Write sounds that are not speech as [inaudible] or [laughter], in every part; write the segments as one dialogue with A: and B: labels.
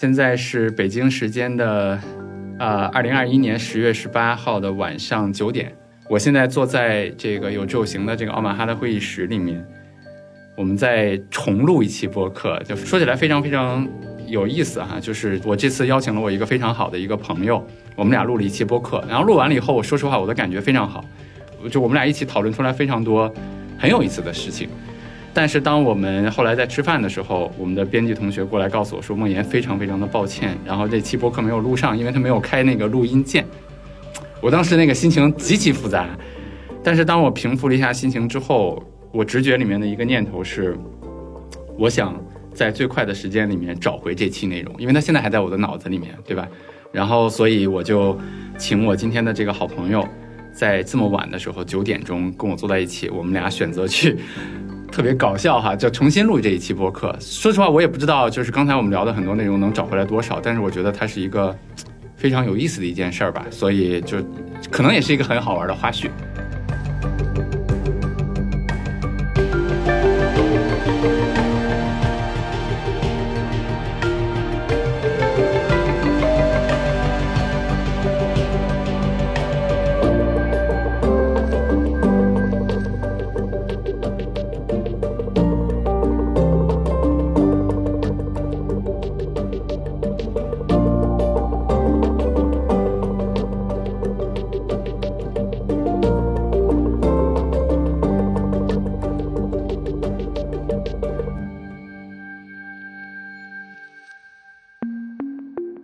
A: 现在是北京时间的，呃，二零二一年十月十八号的晚上九点。我现在坐在这个有昼行的这个奥马哈的会议室里面，我们在重录一期播客，就说起来非常非常有意思哈、就是我这次邀请了我一个非常好的一个朋友，我们俩录了一期播客，然后录完了以后，我说实话我的感觉非常好，就我们俩一起讨论出来非常多很有意思的事情。但是当我们后来在吃饭的时候，我们的编辑同学过来告诉我说，梦岩非常非常的抱歉，然后这期播客没有录上，因为他没有开那个录音键。我当时那个心情极其复杂，但是当我平复了一下心情之后，我直觉里面的一个念头是，我想在最快的时间里面找回这期内容，因为它现在还在我的脑子里面，对吧？然后，所以我就请我今天的这个好朋友，在这么晚的时候九点钟跟我坐在一起，我们俩选择去特别搞笑哈，就重新录这一期播客。说实话，我也不知道，就是刚才我们聊的很多内容能找回来多少，但是我觉得它是一个嘖非常有意思的一件事儿吧，所以就可能也是一个很好玩的花絮。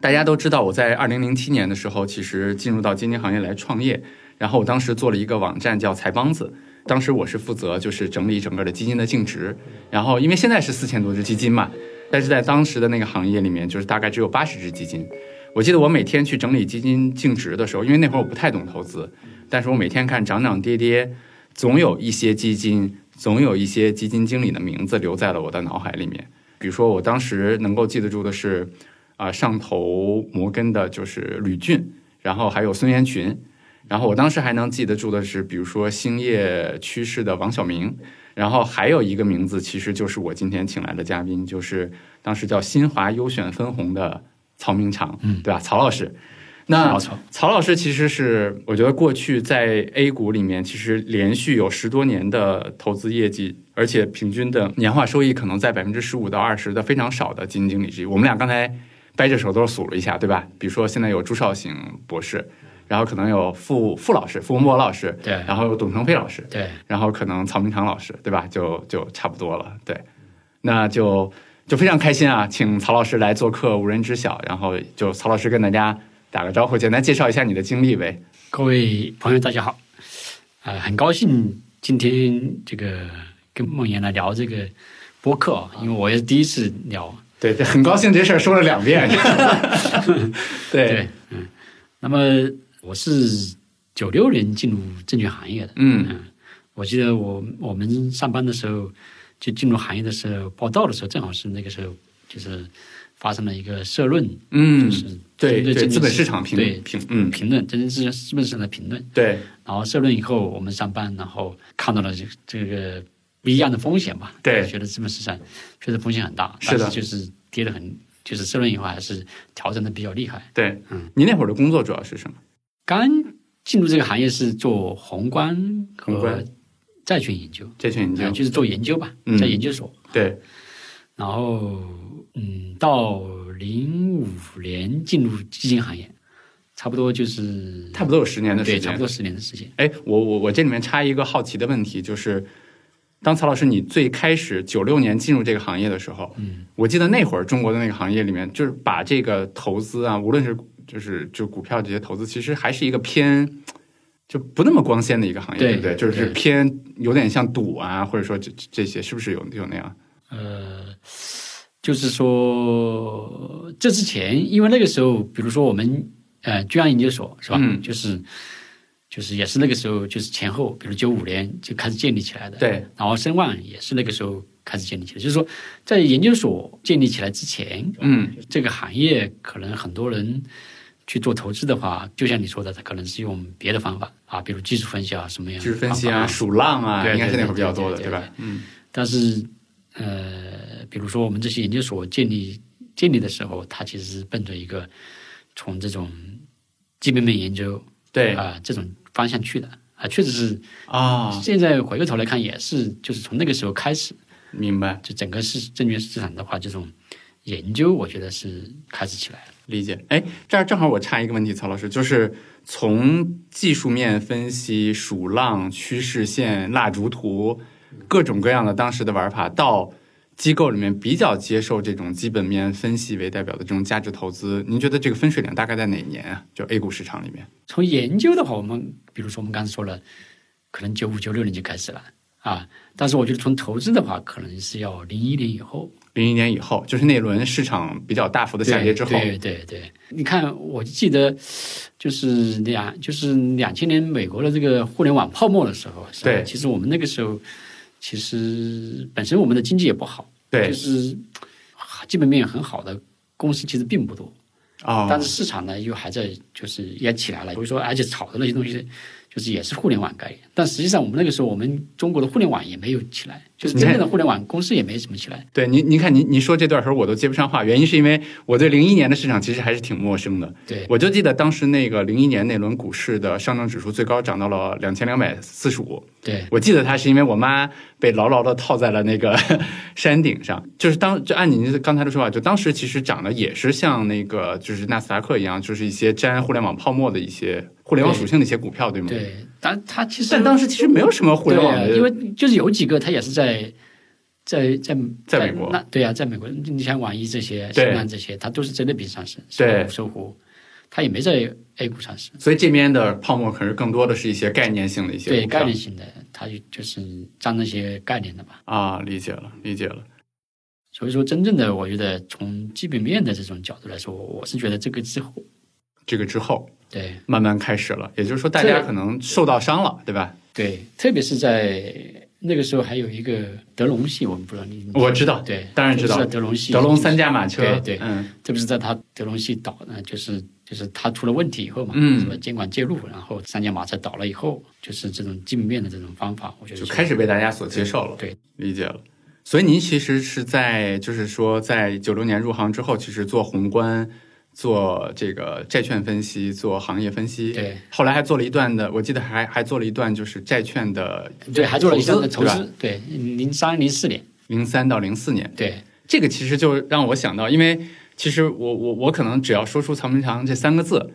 A: 大家都知道，我在二零零七年的时候，其实进入到基金行业来创业。然后我当时做了一个网站叫财帮子，当时我是负责就是整理整个的基金的净值。然后因为现在是四千多只基金嘛，但是在当时的那个行业里面，就是大概只有八十只基金。我记得我每天去整理基金净值的时候，因为那会儿我不太懂投资，但是我每天看涨涨跌跌，总有一些基金，总有一些基金经理的名字留在了我的脑海里面。比如说，我当时能够记得住的是，啊、上头摩根的就是吕俊，然后还有孙元群，然后我当时还能记得住的是，比如说兴业趋势的王晓明，然后还有一个名字，其实就是我今天请来的嘉宾，就是当时叫新华优选分红的曹明长，嗯，对吧？曹老师，那
B: 老曹
A: 曹老师其实是我觉得过去在 A 股里面，其实连续有十多年的投资业绩，而且平均的年化收益可能在百分之十五到二十的非常少的基金经理之一。我们俩刚才掰着手都数了一下，对吧？比如说现在有朱少醒博士，然后可能有傅傅老师、傅文博老师，
B: 对
A: 然后有董成飞老师，
B: 对，
A: 然后可能曹明堂老师，对吧？就就差不多了，对，那就就非常开心啊，请曹老师来做客，无人知晓。然后就曹老师跟大家打个招呼，简单介绍一下你的经历呗。
B: 各位朋友大家好，啊、很高兴今天这个跟梦妍来聊这个播客啊，因为我也是第一次聊。
A: 对，对很高兴这事儿说了两遍。 [laughs] 对，，
B: 嗯，那么我是九六年进入证券行业的，
A: 嗯
B: 我记得我我们上班的时候，就进入行业的时候，报道的时候，正好是那个时候，就是发生了一个社论，
A: 嗯
B: 就是，
A: 对
B: 针
A: 对，
B: 对证券
A: 资本市场
B: 对
A: 评评，嗯，
B: 评论，真是是不是来评论？
A: 对，
B: 然后社论以后，我们上班，然后看到了这这个不一样的风险吧？
A: 对
B: 觉得资本市场确实风险很大，
A: 是的
B: 但是就是跌得很，就是社论以后还是调整的比较厉害。
A: 对
B: 嗯，
A: 您那会儿的工作主要是什么？
B: 刚进入这个行业是做宏观
A: 宏
B: 和
A: 观
B: 债券研究，
A: 这群
B: 呃
A: 研究，
B: 就是做研究吧，
A: 嗯
B: 在研究所。
A: 对，
B: 然后，嗯，到零五年进入基金行业，差不多就是
A: 差不多有十年的时
B: 对，
A: 间，
B: 差不多十年的时间。
A: 哎，我我我这里面插一个好奇的问题，就是当曹老师你最开始九六年进入这个行业的时候，
B: 嗯，
A: 我记得那会儿中国的那个行业里面，就是把这个投资啊，无论是就是就股票这些投资，其实还是一个偏就不那么光鲜的一个行业，
B: 对
A: 不对？就是
B: 对
A: 偏有点像赌啊，或者说这这这些，是不是有有那样？
B: 呃，就是说这之前，因为那个时候，比如说我们呃，中央研究所是吧？
A: 嗯
B: 就是就是也是那个时候，就是前后，比如九五年就开始建立起来的。
A: 对，
B: 然后申万也是那个时候开始建立起来，就是说在研究所建立起来之前，
A: 嗯，
B: 这个行业可能很多人去做投资的话，就像你说的，他可能是用别的方法啊，比如技术分析啊什么样
A: 技
B: 的
A: 术分析啊，
B: 方法
A: 数浪啊，
B: 对
A: 应该是那会儿比
B: 对对
A: 较多的，
B: 对
A: 对
B: 对
A: 吧？嗯
B: 但是呃，比如说我们这些研究所建立建立的时候，它其实是奔着一个从这种基本面研究
A: 对
B: 啊、这种方向去的啊，确实是
A: 啊，
B: 现在回过头来看，也是就是从那个时候开始，
A: 明白
B: 就整个市证券市场的话，这种研究我觉得是开始起来了。
A: 理解。哎，这儿正好我插一个问题，曹老师，就是从技术面分析、数浪、趋势线、蜡烛图，各种各样的当时的玩法，到机构里面比较接受这种基本面分析为代表的这种价值投资，您觉得这个分水岭大概在哪年啊？就 A 股市场里面
B: 从研究的话，我们比如说我们刚才说了，可能九五九六年就开始了啊，但是我觉得从投资的话，可能是要零一年以后。
A: 零一年以后，就是那轮市场比较大幅的下跌之后，
B: 对对对，你看，我记得就是两就是两千年美国的这个互联网泡沫的时候，是吧
A: 对
B: 其实我们那个时候其实本身我们的经济也不好，就
A: 对
B: 是啊基本面很好的公司其实并不多，
A: 啊，
B: 但是市场呢又还在就是也起来了，比如说而且炒的那些东西。就是也是互联网概念，但实际上我们那个时候，我们中国的互联网也没有起来，就是真正的互联网公司也没怎么起来。
A: 对您，您看您您说这段时候我都接不上话，原因是因为我对零一年的市场其实还是挺陌生的。
B: 对
A: 我就记得当时那个零一年那轮股市的上证指数最高涨到了两千两百四十五，
B: 对
A: 我记得它是因为我妈被牢牢的套在了那个 [laughs] 山顶上，就是当就按您刚才的说法，就当时其实涨的也是像那个就是纳斯达克一样，就是一些沾互联网泡沫的一些互联网属性的一些股票，对吗？。
B: 对，但它其实
A: 但当时其实没有什么互
B: 对
A: 联网
B: 啊，
A: 的，
B: 因为就是有几个他也是在在在
A: 在美国
B: 那对啊，在美国，你像网易这些、
A: 对
B: 新浪这些，它都是在那边上市，
A: 对
B: 搜狐，它也没在 A 股上市，
A: 所以这边的泡沫可是更多的是一些概念性的一些
B: 对
A: 股票
B: 概念性的，它就是沾那些概念的吧。
A: 啊，理解了，理解了。
B: 所以说，真正的我觉得从基本面的这种角度来说，我是觉得这个之后，
A: 这个之后
B: 对
A: 慢慢开始了，也就是说大家
B: 对
A: 可能受到伤了，对吧？
B: 对，特别是在那个时候还有一个德隆系，我们不知道你，你
A: 我知道
B: 对，
A: 当然知道
B: 特别是德隆系，
A: 德龙三驾马车，
B: 对对
A: 嗯，
B: 特别是在他德隆系倒呢，就是就是他出了问题以后嘛，
A: 嗯
B: 什么监管介入，啊然后三驾马车倒了以后，就是这种镜面的这种方法，我觉得
A: 就开始被大家所接受了，
B: 对，
A: 理解了。所以您其实是在，就是说，在九六年入行之后，其实做宏观、做这个债券分析、做行业分析，
B: 对。
A: 后来还做了一段的，我记得还还做了一段就是债券的
B: 对，还做了一项的投
A: 对吧，
B: 资，对，零三零四年，
A: 零三到零四年。
B: 对
A: 这个其实就让我想到，因为其实我我我可能只要说出曹明强这三个字，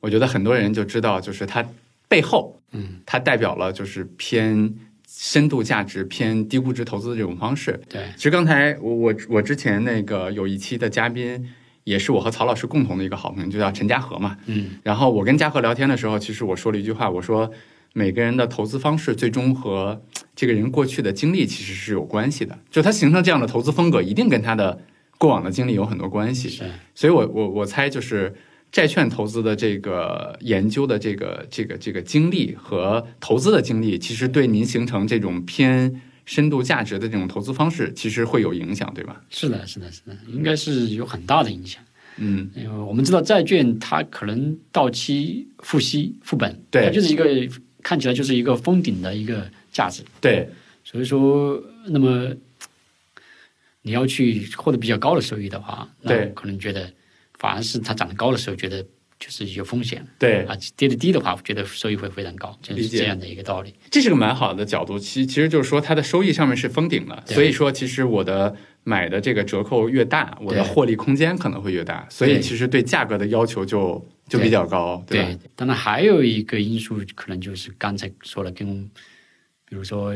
A: 我觉得很多人就知道，就是它背后，
B: 嗯，
A: 它代表了就是偏深度价值、偏低估值投资的这种方式。
B: 对
A: 其实刚才我我我之前那个有一期的嘉宾，也是我和曹老师共同的一个好朋友，就叫陈嘉禾嘛。
B: 嗯，
A: 然后我跟嘉禾聊天的时候，其实我说了一句话，我说每个人的投资方式最终和这个人过去的经历其实是有关系的，就他形成这样的投资风格，一定跟他的过往的经历有很多关系。
B: 是，
A: 所以我我我猜就是债券投资的这个研究的这个这个这个经历和投资的经历，其实对您形成这种偏深度价值的这种投资方式，其实会有影响，对吧？
B: 是的，是的，是的，应该是有很大的影响。
A: 嗯，
B: 因为我们知道债券它可能到期付息副本，
A: 对
B: 它就是一个看起来就是一个封顶的一个价值，
A: 对，
B: 所以说，那么你要去获得比较高的收益的话，那
A: 对
B: 可能觉得反而是它涨得高的时候，觉得就是有风险
A: 对，
B: 啊；跌得低的话，我觉得收益会非常高，就
A: 理
B: 是
A: 解
B: 这样的一个道理。
A: 这是个蛮好的角度，其其实就是说它的收益上面是封顶的，
B: 对
A: 所以说其实我的买的这个折扣越大，我的获利空间可能会越大，所以其实对价格的要求就就比较高，对吧？
B: 对，当然还有一个因素，可能就是刚才说了，跟比如说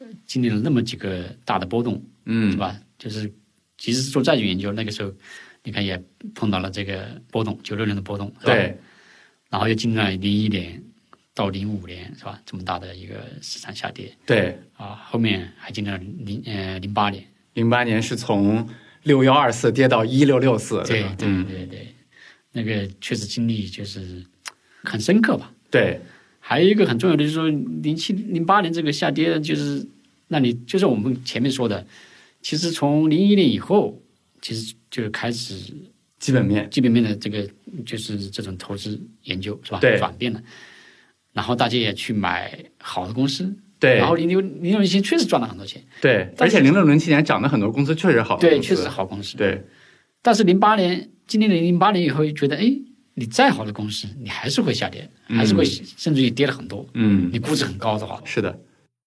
B: 呃经历了那么几个大的波动，是
A: 嗯，
B: 吧？就是即使是做债券研究，那个时候你看也碰到了这个波动，九六年的波动，是吧？
A: 对，
B: 然后又经历了零一年到零五年是吧？这么大的一个市场下跌
A: 对，
B: 啊，后面还经历了零呃零八年，
A: 零八年是从六幺二四跌到一六六四，
B: 对
A: 吧？
B: 对
A: 嗯，
B: 对对，那个确实经历就是很深刻吧。
A: 对，
B: 还有一个很重要的就是说，零七零八年这个下跌，就是那你就是我们前面说的，其实从零一年以后，其实就开始
A: 基本面，
B: 基本面的这个就是这种投资研究是吧？
A: 对
B: 转变了，然后大家也去买好的公司，
A: 对
B: 然后零六零六年前确实赚了很多钱，
A: 对，而
B: 但是
A: 且零六零七年涨的很多公司确实好，
B: 对，确实，好公司。
A: 对
B: 但是零八年经历了零八年以后，又觉得哎，你再好的公司，你还是会下跌，还是会甚至于跌了很多。
A: 嗯，
B: 你估值很高的话，
A: 是的。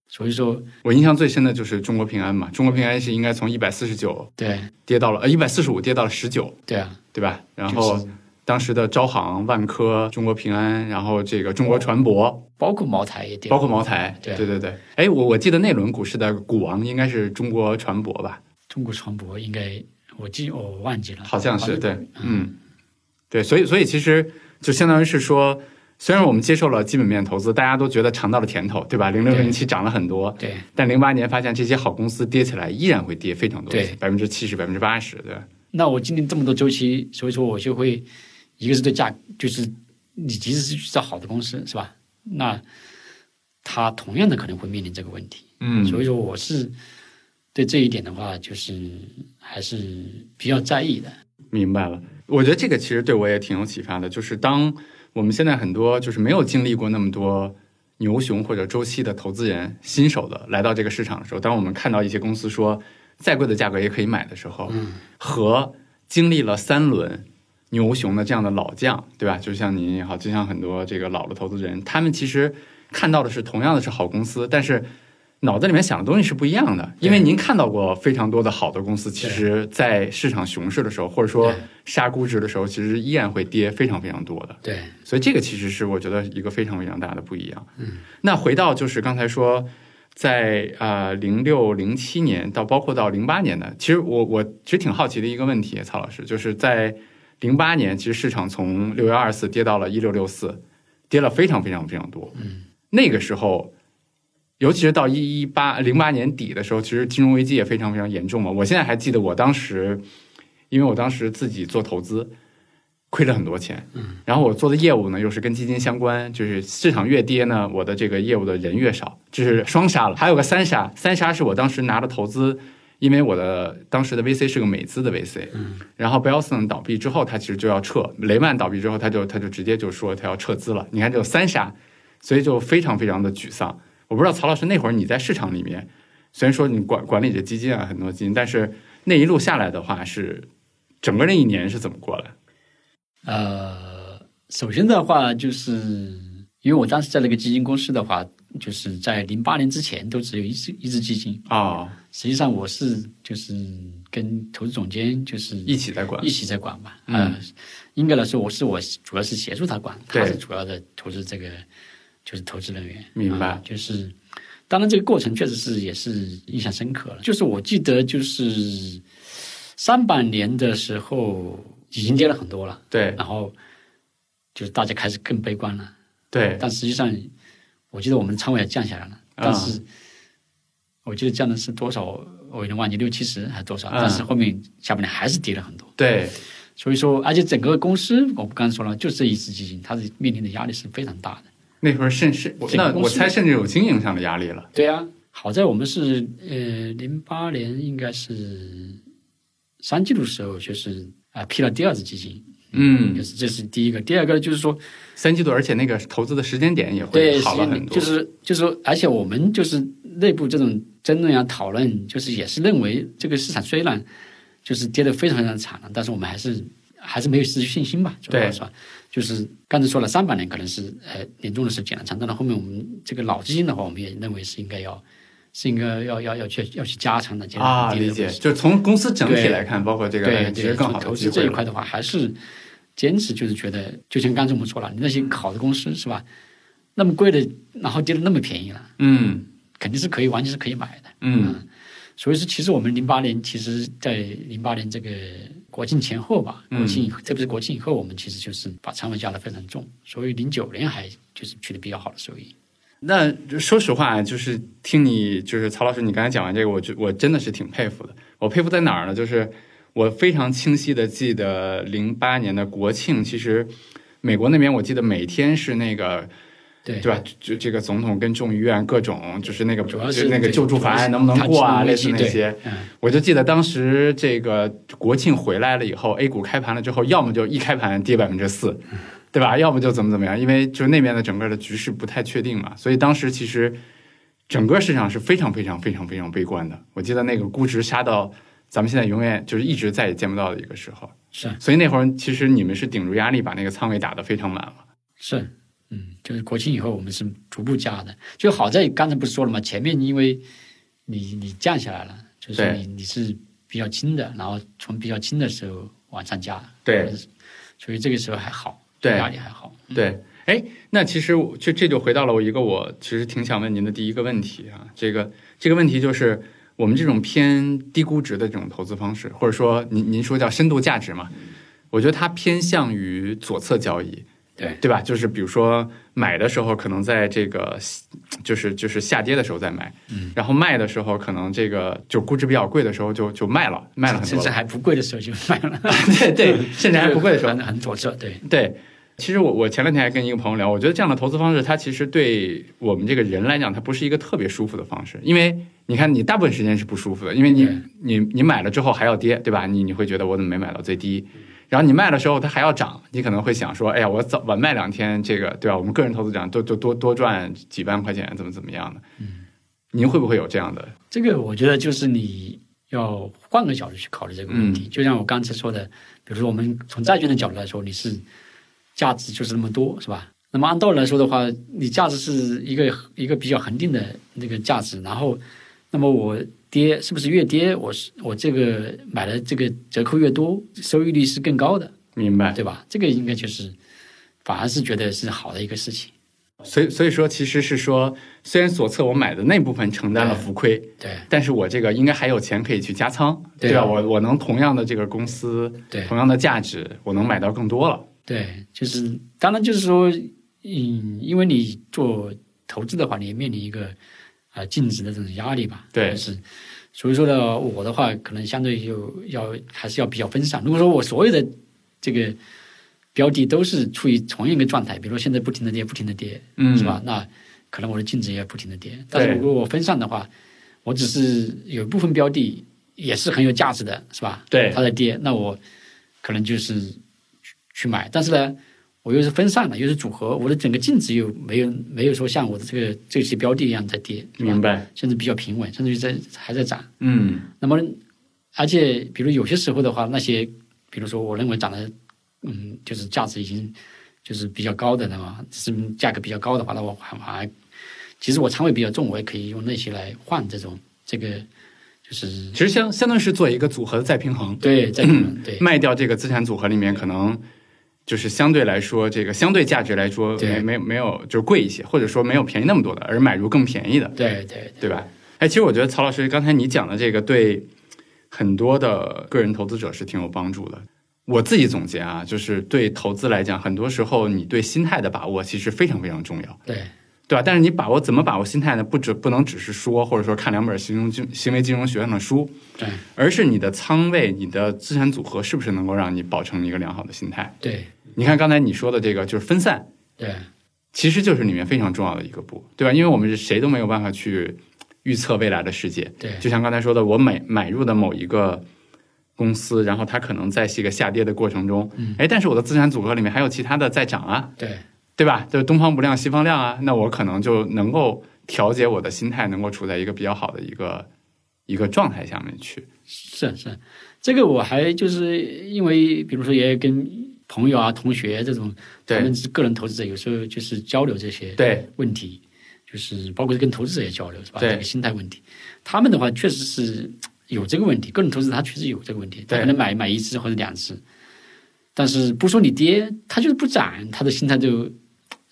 B: 所以说
A: 我印象最深的就是中国平安嘛，中国平安是应该从一百四十九
B: 对
A: 跌到了呃一百四十五跌到了十九，
B: 对啊，
A: 对吧？然
B: 就
A: 后
B: 是
A: 当时的招行、万科、中国平安，然后这个中国船舶，
B: 包括茅台也跌，
A: 包括茅台，
B: 对啊
A: 对对对。哎，我我记得那轮股市的股王应该是中国船舶吧？
B: 中国船舶应该我记我忘记了，
A: 啊好像是对，嗯，对，所以所以其实就相当于是说，虽然我们接受了基本面投资，大家都觉得尝到了甜头，对吧？零六零七涨了很多，
B: 对
A: 但零八年发现这些好公司跌起来依然会跌非常多，
B: 对
A: 百分之七十、百分之八十，对吧？
B: 那我经历这么多周期，所以说我就会，一个是对价，就是你即使是去找好的公司，是吧？那它同样的可能会面临这个问题，所
A: 嗯
B: 以说我是对这一点的话，就是还是比较在意的。
A: 明白了。我觉得这个其实对我也挺有启发的，就是当我们现在很多就是没有经历过那么多牛熊或者周期的投资人，新手的来到这个市场的时候，当我们看到一些公司说再贵的价格也可以买的时候，
B: 嗯，
A: 和经历了三轮牛熊的这样的老将，对吧？就像您也好，就像很多这个老的投资人，他们其实看到的是同样的是好公司，但是脑子里面想的东西是不一样的。
B: 对
A: 因为您看到过非常多的好的公司，其实在市场熊市的时候，或者说
B: 对
A: 杀估值的时候，其实依然会跌非常非常多的。
B: 对，
A: 所以这个其实是我觉得一个非常非常大的不一样。
B: 嗯，
A: 那回到就是刚才说，在啊零六零七年到包括到零八年的，其实我我其实挺好奇的一个问题，曹老师，就是在零八年，其实市场从六幺二四跌到了一六六四，跌了非常非常非常多。
B: 嗯，
A: 那个时候。尤其是到一一八零八年底的时候，其实金融危机也非常非常严重嘛。我现在还记得我当时，因为我当时自己做投资，亏了很多钱，然后我做的业务呢又是跟基金相关，就是市场越跌呢，我的这个业务的人越少，这是双杀了。还有个三杀，三杀是我当时拿了投资，因为我的当时的 VC 是个美资的 VC，然后 b e l s o n 倒闭之后，他其实就要撤，雷曼倒闭之后，他就他就直接就说他要撤资了。你看这有三杀，所以就非常非常的沮丧。我不知道曹老师那会儿你在市场里面，虽然说你管管理着基金啊很多基金，但是那一路下来的话是整个那一年是怎么过来？
B: 呃，首先的话，就是因为我当时在那个基金公司的话，就是在零八年之前都只有一只一只基金。
A: 哦，
B: 实际上我是就是跟投资总监就是
A: 一起在管
B: 一。起在管吧。
A: 嗯
B: 呃，应该来说，我是我主要是协助他管，
A: 对
B: 他是主要的投资这个就是投资人员。
A: 明白
B: 啊就是当然这个过程确实是也是印象深刻了。就是我记得就是三百年的时候已经跌了很多了，
A: 对
B: 然后就是大家开始更悲观了，
A: 对，
B: 但实际上我记得我们的仓位也降下来了，
A: 啊
B: 但是。我记得降的是多少，我有点忘记，六七十还是多少？
A: 嗯
B: 但是后面下半年还是跌了很多。
A: 对，
B: 所以说，而且整个公司，我们刚才说了，就这一只基金，它是面临的压力是非常大的。
A: 那会儿甚甚，我
B: 这个
A: 那
B: 公
A: 我
B: 司
A: 猜甚至有经营上的压力了。
B: 对啊，好在我们是呃零八年应该是三季度的时候，就是啊批了第二只基金，就
A: 嗯，
B: 是这是第一个，第二个就是说
A: 三季度，而且那个投资的时间点也会
B: 对，
A: 好
B: 时
A: 了
B: 间
A: 很
B: 点
A: 多。
B: 就是就是说，而且我们就是内部这种争论啊、讨论，就是也是认为这个市场虽然就是跌得非常非常惨了，但是我们还是还是没有失去信心吧，主
A: 对
B: 要是吧？就是刚才说了，上半年可能是呃年终的时候减了仓，但是后面我们这个老基金的话，我们也认为是应该要是应该要要要去要去加仓的，这样
A: 啊，
B: 低的
A: 理解。
B: 位置
A: 就从公司整体
B: 对
A: 来看，包括这个
B: 对
A: 其
B: 对，
A: 实更
B: 就
A: 好的
B: 投
A: 机
B: 资这
A: 会
B: 一
A: 了
B: 块的话，还是坚持就是觉得，就像刚才我们说了，你那些好的公司是吧？那么贵的，然后跌的那么便宜了，
A: 嗯
B: 肯定是可以，完全是可以买的。
A: 嗯，
B: 所以说，其实我们零八年，其实在零八年这个国庆前后吧，
A: 嗯
B: 国庆以后，特别是国庆以后，我们其实就是把仓位加的非常重，所以零九年还就是取得比较好的收益。
A: 那说实话，啊就是听你就是曹老师，你刚才讲完这个，我就我真的是挺佩服的。我佩服在哪儿呢？就是我非常清晰的记得零八年的国庆，其实美国那边我记得每天是那个
B: 对
A: 对吧？啊就这个总统跟众议院各种就是那个
B: 主要
A: 就是那个
B: 对
A: 救助法案能不能
B: 它
A: 过啊，
B: 金融危
A: 类似
B: 机
A: 那
B: 对
A: 些。
B: 嗯，
A: 我就记得当时这个国庆回来了以后，A 股开盘了之后，要么就一开盘跌百分之四，对吧？要么就怎么怎么样，因为就那边的整个的局势不太确定嘛，所以当时其实整个市场是非常非常非常非常悲观的。我记得那个估值杀到咱们现在永远就是一直再也见不到的一个时候。
B: 是啊
A: 所以那会儿其实你们是顶住压力把那个仓位打得非常满了。
B: 是，嗯，就是国庆以后我们是逐步加的，就好在刚才不是说了吗？前面因为你你降下来了，就是说
A: 对
B: 你你是比较轻的，然后从比较轻的时候往上加，
A: 对，
B: 所以这个时候还好，
A: 对
B: 压力还好，嗯
A: 对，哎，那其实我这这就回到了我一个我其实挺想问您的第一个问题啊，这个这个问题就是我们这种偏低估值的这种投资方式，或者说您您说叫深度价值嘛，我觉得它偏向于左侧交易，
B: 对
A: 对吧？就是比如说买的时候可能在这个就是就是下跌的时候再买，
B: 嗯，
A: 然后卖的时候可能这个就估值比较贵的时候就就卖了，卖了很
B: 甚
A: 多
B: 至
A: 了，
B: 还不贵的时候就卖了，
A: [laughs] 对对， [laughs] 甚至还不贵的时候
B: [laughs] 很很左侧，对，
A: 对，其实我我前两天还跟一个朋友聊，我觉得这样的投资方式，它其实对我们这个人来讲，它不是一个特别舒服的方式，因为你看，你大部分时间是不舒服的，因为你
B: 对
A: 你你买了之后还要跌，对吧？你你会觉得我怎么没买到最低？然后你卖的时候它还要涨，你可能会想说，哎呀，我早晚卖两天，这个对吧？我们个人投资者多多多多赚几万块钱，怎么怎么样的？
B: 嗯
A: 您会不会有这样的？
B: 这个我觉得就是你要换个角度去考虑这个问题。就像我刚才说的，比如说我们从债券的角度来说，你是价值就是那么多，是吧？那么按道理来说的话，你价值是一个一个比较恒定的那个价值，然后，那么我跌是不是越跌，我是我这个买的这个折扣越多，收益率是更高的，
A: 明白？
B: 对吧？这个应该就是反而是觉得是好的一个事情，
A: 所以所以说，其实是说，虽然左侧我买的那部分承担了浮亏，
B: 对
A: 但是我这个应该还有钱可以去加仓，
B: 对
A: 吧？我我能同样的这个公司，
B: 对。
A: 同样的价值，我能买到更多了。
B: 对，就是当然就是说，嗯，因为你做投资的话，你也面临一个啊、呃净值的这种压力吧。
A: 对
B: 就是所以说呢，我的话可能相对就要还是要比较分散。如果说我所有的这个标的都是处于同一个状态，比如说现在不停的跌，不停的跌，
A: 嗯
B: 是吧？那可能我的净值也不停的跌。但是
A: 对
B: 如果我分散的话，我只是有一部分标的也是很有价值的，是吧？
A: 对
B: 它在跌，那我可能就是去去买，但是呢，我又是分散了，又是组合，我的整个净值又没有没有说像我的这个这些标的一样在跌，是吧
A: 明白？
B: 甚至比较平稳，甚至于在还在涨。
A: 嗯，
B: 那么，而且比如有些时候的话，那些比如说我认为涨得，嗯，就是价值已经就是比较高的那么是价格比较高的话，那我还还其实我仓位比较重，我也可以用那些来换这种这个就是
A: 其实相相当于是做一个组合的再平衡，
B: 对在对
A: 卖掉这个资产组合里面可能。就是相对来说，这个相对价值来说，
B: 对
A: 没没没有就是贵一些，或者说没有便宜那么多的，而买入更便宜的，
B: 对对
A: 对吧？哎，其实我觉得曹老师刚才你讲的这个对很多的个人投资者是挺有帮助的。我自己总结啊，就是对投资来讲，很多时候你对心态的把握其实非常非常重要，
B: 对
A: 对吧？但是你把握怎么把握心态呢？不只不能只是说，或者说看两本行融金行为金融学上的书，
B: 对
A: 而是你的仓位、你的资产组合是不是能够让你保持一个良好的心态？
B: 对
A: 你看刚才你说的这个就是分散，
B: 对
A: 其实就是里面非常重要的一个步，对吧？因为我们是谁都没有办法去预测未来的世界。
B: 对
A: 就像刚才说的，我买买入的某一个公司，然后它可能在这个下跌的过程中，
B: 嗯
A: 哎、但是我的资产组合里面还有其他的在涨啊，
B: 对
A: 对吧？就是东方不亮西方亮啊，那我可能就能够调节我的心态，能够处在一个比较好的一个一个状态下面去。
B: 是是，这个我还就是因为比如说也跟朋友啊、同学这种，他
A: 对
B: 们是个人投资者，有时候就是交流这些。
A: 对
B: 问题，就是包括跟投资者也交流，是吧？
A: 对
B: 这个心态问题，他们的话确实是有这个问题，个人投资他确实有这个问题，他
A: 对
B: 可能买买一只或者两只，但是不说你跌，他就是不涨，他的心态就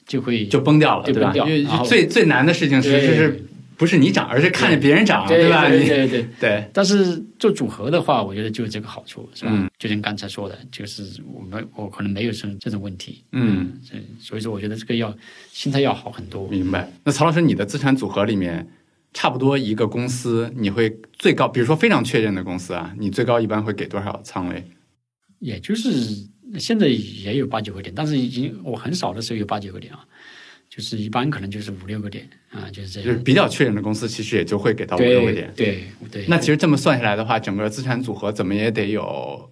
B: 就会
A: 就崩掉了，
B: 就
A: 对吧
B: 崩？掉
A: 因为
B: 然后
A: 最最难的事情是
B: 对
A: 就是不是你涨，而是看着别人涨，啊
B: 对
A: 吧？
B: 对
A: 你
B: 对对
A: 对
B: 但是做组合的话，我觉得就有这个好处，是吧？
A: 嗯
B: 就像刚才说的，就是我们我可能没有这种这种问题，
A: 嗯。
B: 所以所以说我觉得这个要心态要好很多。
A: 明白。那曹老师，你的资产组合里面，差不多一个公司，你会最高，比如说非常确认的公司啊，你最高一般会给多少仓位？
B: 也就是现在也有八九个点，但是已经我很少的时候有八九个点啊，就是一般可能就是五六个点啊，就是这
A: 就是
B: 样。
A: 比较确认的公司，其实也就会给到五六个
B: 对
A: 点。
B: 对对，
A: 那其实这么算下来的话，整个资产组合怎么也得有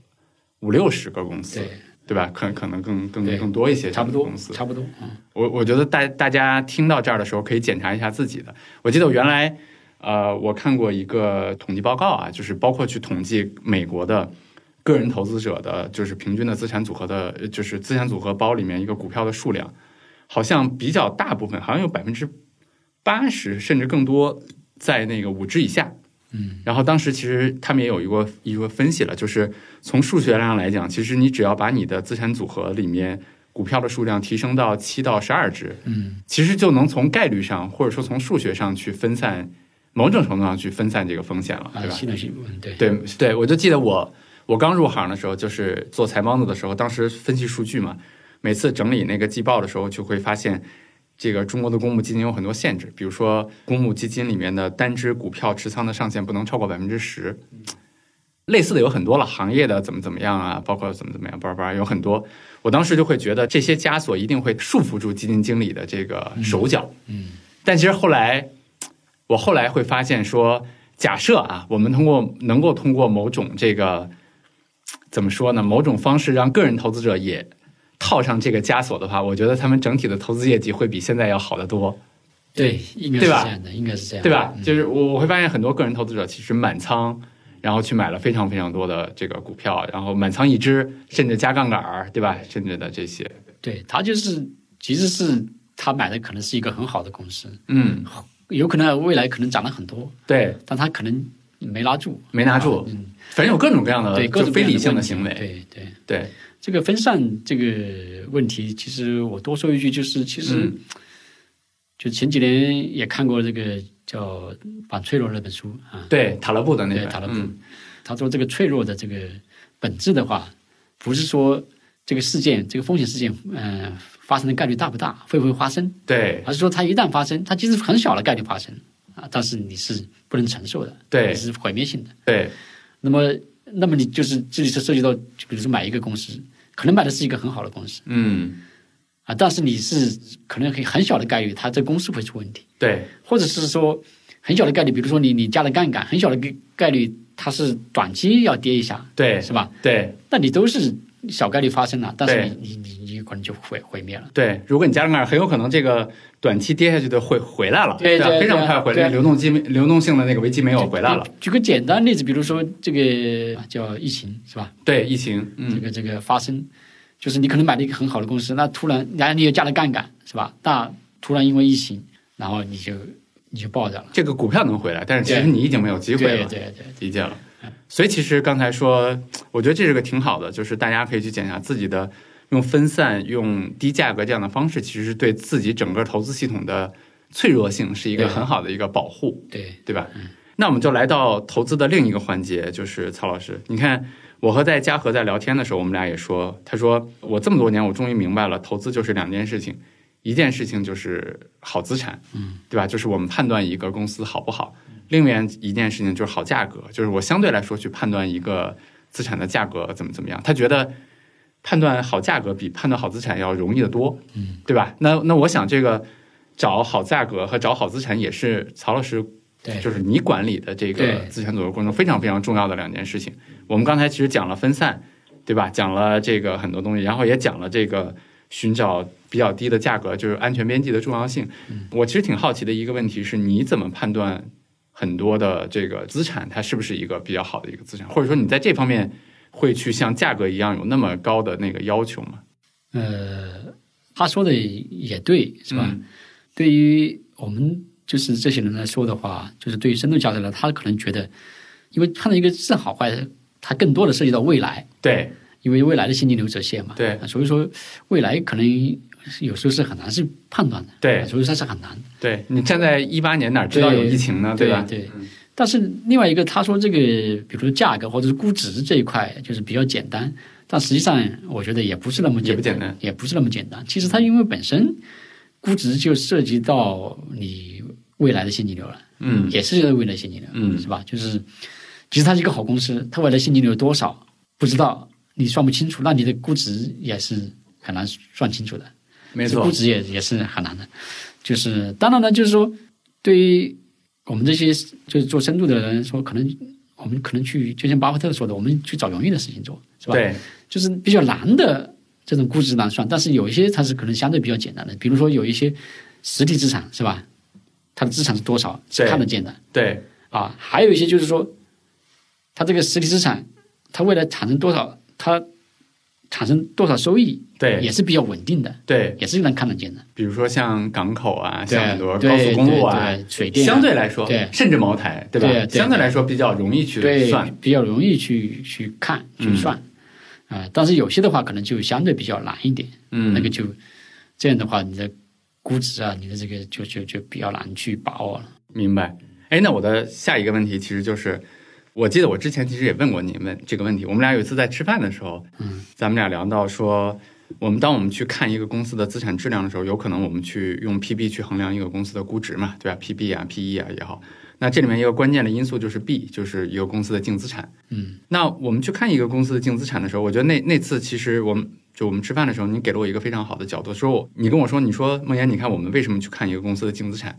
A: 五六十个公司，
B: 对
A: 对吧？可可能更更
B: 对
A: 更多一些
B: 差不多
A: 公司，
B: 差不多嗯
A: 我我觉得大大家听到这儿的时候，可以检查一下自己的。我记得我原来呃，我看过一个统计报告啊，就是包括去统计美国的个人投资者的，就是平均的资产组合的，呃就是资产组合包里面一个股票的数量，好像比较大部分，好像有百分之八十甚至更多在那个五只以下。
B: 嗯，
A: 然后当时其实他们也有一个一个分析了，就是从数学上来讲，其实你只要把你的资产组合里面股票的数量提升到七到十二只，
B: 嗯，
A: 其实就能从概率上或者说从数学上去分散，某种程度上去分散这个风险了，
B: 啊
A: 对，吧？
B: 系统性嗯，对，
A: 对对，我就记得我我刚入行的时候，就是做财帮子的时候，当时分析数据嘛，每次整理那个季报的时候，就会发现这个中国的公募基金有很多限制，比如说公募基金里面的单只股票持仓的上限不能超过百分之十，类似的有很多了，行业的怎么怎么样啊，包括怎么怎么样，叭叭有很多。我当时就会觉得这些枷锁一定会束缚住基金经理的这个手脚，
B: 嗯
A: 但其实后来，我后来会发现说，假设啊，我们通过能够通过某种这个怎么说呢，某种方式让个人投资者也套上这个枷锁的话，我觉得他们整体的投资业绩会比现在要好得多，
B: 对，应该是
A: 对
B: 这
A: 吧
B: 样的，应该是这样的，
A: 对吧？
B: 嗯
A: 就是我我会发现很多个人投资者其实满仓。然后去买了非常非常多的这个股票，然后满仓一只，甚至加杠杆儿，对吧？甚至的这些，
B: 对他就是其实是他买的可能是一个很好的公司，
A: 嗯，
B: 有可能未来可能涨了很多，
A: 对，
B: 但他可能没拉住，
A: 没拿住，
B: 嗯，
A: 反正有各种各样的
B: 对，各
A: 就
B: 种各
A: 非
B: 样
A: 理性
B: 问
A: 的
B: 题
A: 行为，
B: 对对。
A: 对，
B: 这个分散这个问题，其实我多说一句，就是其实
A: 嗯
B: 就前几年也看过这个叫反脆弱那本书啊，
A: 对，塔勒布的那
B: 对
A: 个
B: 塔勒布
A: 嗯，
B: 他说这个脆弱的这个本质的话，不是说这个事件这个风险事件，嗯、发生的概率大不大，会不会发生，
A: 对
B: 而是说它一旦发生，它其实很小的概率发生啊，但是你是不能承受的，
A: 对
B: 你是毁灭性的。
A: 对
B: 那么，那么你就是这里是涉及到，就比如说买一个公司，可能买的是一个很好的公司。
A: 嗯，
B: 啊，但是你是可能很很小的概率，它这公司会出问题，
A: 对
B: 或者是说很小的概率，比如说你你加了杠杆，很小的概概率它是短期要跌一下，
A: 对
B: 是吧？
A: 对
B: 那你都是小概率发生了，但是你你你你可能就毁毁灭了。
A: 对，如果你加杠杆，很有可能这个短期跌下去的会回来了，
B: 对
A: 吧
B: 对
A: 非常
B: 对
A: 快回来，
B: 对
A: 流动基流动性的那个危机没有回来了，
B: 举个简单例子，比如说这个啊叫疫情是吧？
A: 对疫情，
B: 这
A: 嗯，
B: 个这个发生，就是你可能买了一个很好的公司，那突然然后你又加了杠杆是吧？那突然因为疫情，然后你就你就爆掉了。
A: 这个股票能回来，但是其实
B: 对
A: 你已经没有机
B: 对
A: 会
B: 对
A: 了，
B: 对，
A: 理解了。所以其实刚才说，我觉得这是个挺好的，就是大家可以去检查自己的，用分散、用低价格这样的方式，其实是对自己整个投资系统的脆弱性是一个
B: 对
A: 很好的一个保护。
B: 对
A: 对吧？那我们就来到投资的另一个环节，就是曹老师，你看我和在嘉禾在聊天的时候，我们俩也说，他说我这么多年，我终于明白了，投资就是两件事情，一件事情就是好资产，
B: 嗯，
A: 对吧？就是我们判断一个公司好不好，另外一件事情就是好价格，就是我相对来说去判断一个资产的价格怎么怎么样，他觉得。判断好价格比判断好资产要容易得多，
B: 嗯，
A: 对吧？那那我想这个找好价格和找好资产也是曹老师
B: 对，
A: 就是你管理的这个
B: 对
A: 资产组合过程中非常非常重要的两件事情。我们刚才其实讲了分散，对吧？讲了这个很多东西，然后也讲了这个寻找比较低的价格，就是安全边际的重要性。
B: 嗯
A: 我其实挺好奇的一个问题是，你怎么判断很多的这个资产它是不是一个比较好的一个资产，或者说你在这方面会去像价格一样有那么高的那个要求吗？
B: 呃，他说的也对，是吧？
A: 嗯
B: 对于我们就是这些人来说的话，就是对于深度价值来，他可能觉得，因为看到一个是好坏，它更多的涉及到未来，
A: 对
B: 因为未来的现金流折现嘛。
A: 对
B: 啊所以说未来可能有时候是很难去判断的。
A: 对
B: 啊所以说它是很难。
A: 对，你站在一八年哪儿知道有疫情呢？
B: 对
A: 吧？
B: 对。但是另外一个，他说这个，比如说价格或者是估值这一块，就是比较简单，但实际上我觉得也不是那么
A: 也
B: 简
A: 不
B: 单，
A: 简单
B: 也不是那么简单。其实它因为本身估值就涉及到你未来的现金流了，
A: 嗯
B: 也是涉及到未来现金流，
A: 嗯
B: 是吧？就是其实它是一个好公司，它未来现金流有多少不知道，你算不清楚，那你的估值也是很难算清楚的。
A: 没
B: 这
A: 错
B: 估，值也也是很难的。就是当然了，就是说，对于我们这些就是做深度的人说，可能我们可能去，就像巴菲特说的，我们去找容易的事情做，是吧？，
A: 对
B: 就是比较难的这种估值难算，但是有一些它是可能相对比较简单的，比如说有一些实体资产，是吧？它的资产是多少是
A: 对
B: 看得见的
A: 对，
B: 啊。还有一些就是说，它这个实体资产，它未来产生多少，它产生多少收益，
A: 对
B: 也是比较稳定的，
A: 对，
B: 也是能看得见的。
A: 比如说像港口啊，
B: 对
A: 像很多
B: 对
A: 高速公路啊
B: 对，对水电啊
A: 相对来说
B: 对，
A: 甚至茅台，对吧
B: 对？对
A: 相对来说比较容易去
B: 对
A: 算，
B: 比较容易去去看去
A: 嗯
B: 算啊、但是有些的话可能就相对比较难一点。
A: 嗯，
B: 那个就这样的话，你的估值啊，你的这个就就就比较难去把握了。
A: 明白。哎，那我的下一个问题其实就是，我记得我之前其实也问过你问这个问题。我们俩有一次在吃饭的时候，
B: 嗯，
A: 咱们俩聊到说，我们当我们去看一个公司的资产质量的时候，有可能我们去用 PB 去衡量一个公司的估值嘛，对吧？PB 啊、PE 啊也好，那这里面一个关键的因素就是 B，就是一个公司的净资产。
B: 嗯，
A: 那我们去看一个公司的净资产的时候，我觉得那那次其实我们就我们吃饭的时候，你给了我一个非常好的角度，说我你跟我说，你说梦岩，你看我们为什么去看一个公司的净资产，